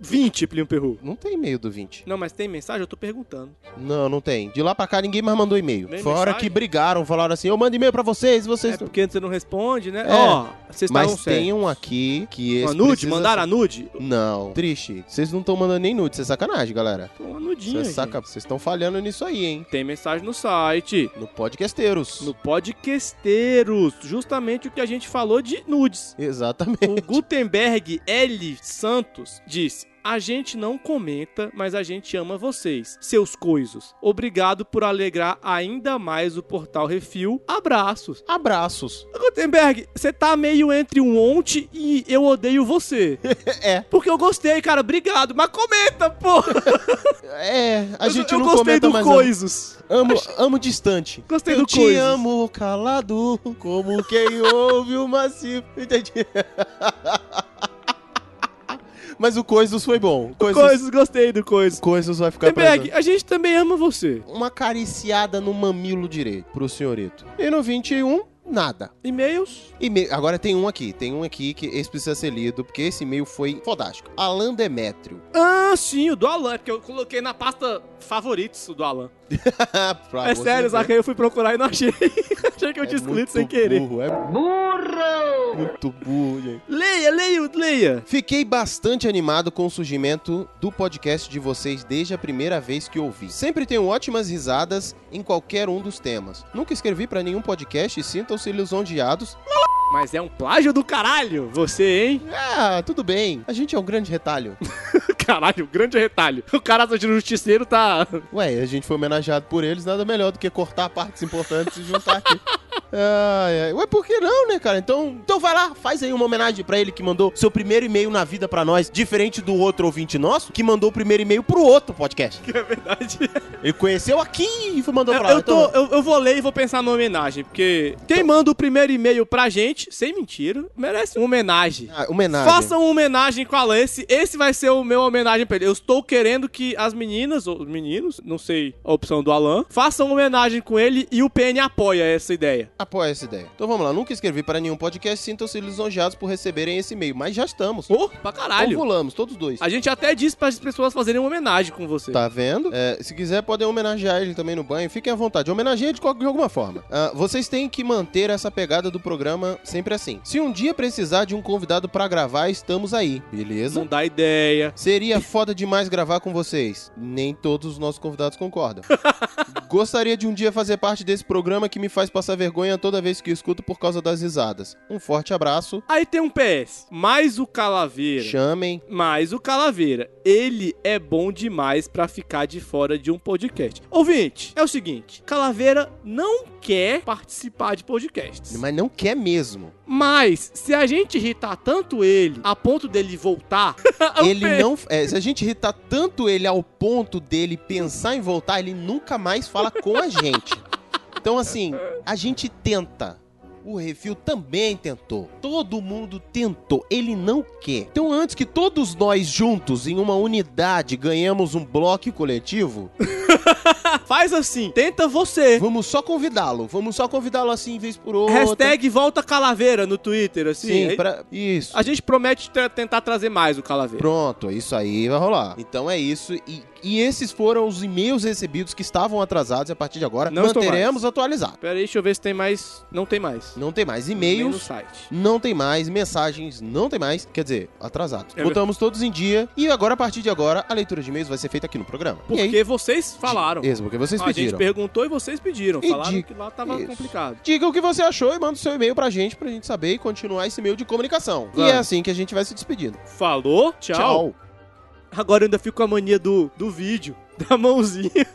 20, Plínio Perru. Não tem e-mail do 20. Não, mas tem mensagem? Eu tô perguntando. Não, não tem. De lá pra cá ninguém mais mandou e-mail. Nem Fora mensagem? que brigaram, falaram assim: eu mando e-mail pra vocês, vocês. É não- porque você não responde, né? É. Ó, vocês estavam Mas certos. tem um aqui que esse. Uma nude? precisa- Mandaram a nude? Não. Triste. Vocês não estão mandando nem nude, isso é sacanagem, galera. Pô, Uma nudinha, Vocês gente. saca... Vocês estão falhando nisso aí, hein? Tem mensagem no site, No podcasteiros. no Podcasteiros, justamente o que a gente falou de nudes. Exatamente. O Gutenberg L. Santos disse. A gente não comenta, mas a gente ama vocês, seus coisos. Obrigado por alegrar ainda mais o Portal Refil. Abraços. Abraços. Gutenberg, você tá meio entre um onte e eu odeio você. É. Porque eu gostei, cara, obrigado. Mas comenta, pô! É, a Eu- gente eu não gostei comenta do mais coisos. nada. Amo, amo distante. Gostei eu do te coisos. amo calado, como quem ouve o macio. Entendi. Mas o coisos foi bom. Coisos, é Coisos, gostei do coisos. coisos vai ficar pra Gutenberg, a gente também ama você. Uma cariciada no mamilo direito pro senhorito. E no 21, nada. E-mails? E-mail- Agora tem um aqui, tem um aqui que esse precisa ser lido, porque esse e-mail foi fodástico. Alan Demétrio. Ah, sim, o do Alan, porque eu coloquei na pasta favoritos o do Alan. Pra é você sério, ver. Zaca, eu fui procurar e não achei. achei que eu É tinha excluído muito sem querer. Burro, é Burro! muito burro, gente. Leia, leia, leia. Fiquei bastante animado com o surgimento do podcast de vocês desde a primeira vez que ouvi. Sempre tenho ótimas risadas em qualquer um dos temas. Nunca escrevi pra nenhum podcast e sintam-se lisonjeados. Mas é um plágio do caralho, você, hein? Ah, tudo bem. A gente é um grande retalho. Caralho, grande retalho. O cara do justiceiro tá... Ué, a gente foi homenageado por eles, nada melhor do que cortar partes importantes e juntar aqui. Ai, ai. Ué, por que não, né, cara? Então, então vai lá, faz aí uma homenagem pra ele que mandou seu primeiro e-mail na vida pra nós, diferente do outro ouvinte nosso, que mandou o primeiro e-mail pro outro podcast. Que é verdade. Ele conheceu aqui e foi- mandou Eu, pra Então lá. eu tô, Então- eu, eu vou ler e vou pensar numa homenagem, porque quem manda o primeiro e-mail pra gente, sem mentira, merece uma homenagem. Ah, homenagem. Façam uma homenagem com a Lance. Esse vai ser o meu homenagem pra ele. Eu estou querendo que as meninas, ou os meninos, não sei a opção do Alan, façam uma homenagem com ele e o PN apoia essa ideia. Apoia essa ideia. Então vamos lá, nunca escrevi para nenhum podcast, sintam-se lisonjeados por receberem esse e-mail, mas já estamos. Oh, pra Então caralho. pulamos, todos dois. A gente até disse para as pessoas fazerem uma homenagem com você. Tá vendo? É, se quiser, podem homenagear ele também no banho. Fiquem à vontade. Homenageia de, qual- de alguma forma. Ah, vocês têm que manter essa pegada do programa sempre assim. Se um dia precisar de um convidado pra gravar, estamos aí. Beleza? Não dá ideia. Seria foda demais gravar com vocês. Nem todos os nossos convidados concordam. Gostaria de um dia fazer parte desse programa que me faz passar vergonha toda vez que escuto por causa das risadas. Um forte abraço. Aí tem um PS. Mais o Calaveira. Chamem. Mas o Calaveira, ele é bom demais pra ficar de fora de um podcast. Ouvinte, é o seguinte: Calaveira não quer participar de podcasts. Mas não quer mesmo. Mas, se a gente irritar tanto ele a ponto dele voltar, ele não. é, se a gente irritar tanto ele ao ponto dele pensar em voltar, ele nunca mais fala com a gente. Então, assim, a gente tenta. O Refil também tentou. Todo mundo tentou. Ele não quer. Então, antes que todos nós juntos, em uma unidade, ganhemos um bloco coletivo, Faz assim, tenta você. Vamos só convidá-lo. Vamos só convidá-lo assim, vez por outra. Hashtag volta calaveira no Twitter, assim. Sim, Aí- pra- isso. A gente promete tra- tentar trazer mais o calaveira. Pronto, isso aí vai rolar. Então é isso. E, e esses foram os e-mails recebidos que estavam atrasados e a partir de agora Não estou manteremos atualizado. Pera aí, deixa eu ver se tem mais. Não tem mais. Não tem mais E-mail no e-mails, site. não tem mais mensagens, não tem mais. Quer dizer, atrasados. É Botamos todos em dia e agora, a partir de agora, a leitura de e-mails vai ser feita aqui no programa. E aí? Porque vocês falaram. Isso, porque vocês a gente pediram. perguntou e vocês pediram. E falaram diga- que lá tava isso. complicado. Diga o que você achou e manda o seu e-mail pra gente, pra gente saber e continuar esse meio de comunicação. E Claro. é assim que a gente vai se despedindo. Falou, tchau. Tchau. Agora eu ainda fico com a mania do, do vídeo, da mãozinha.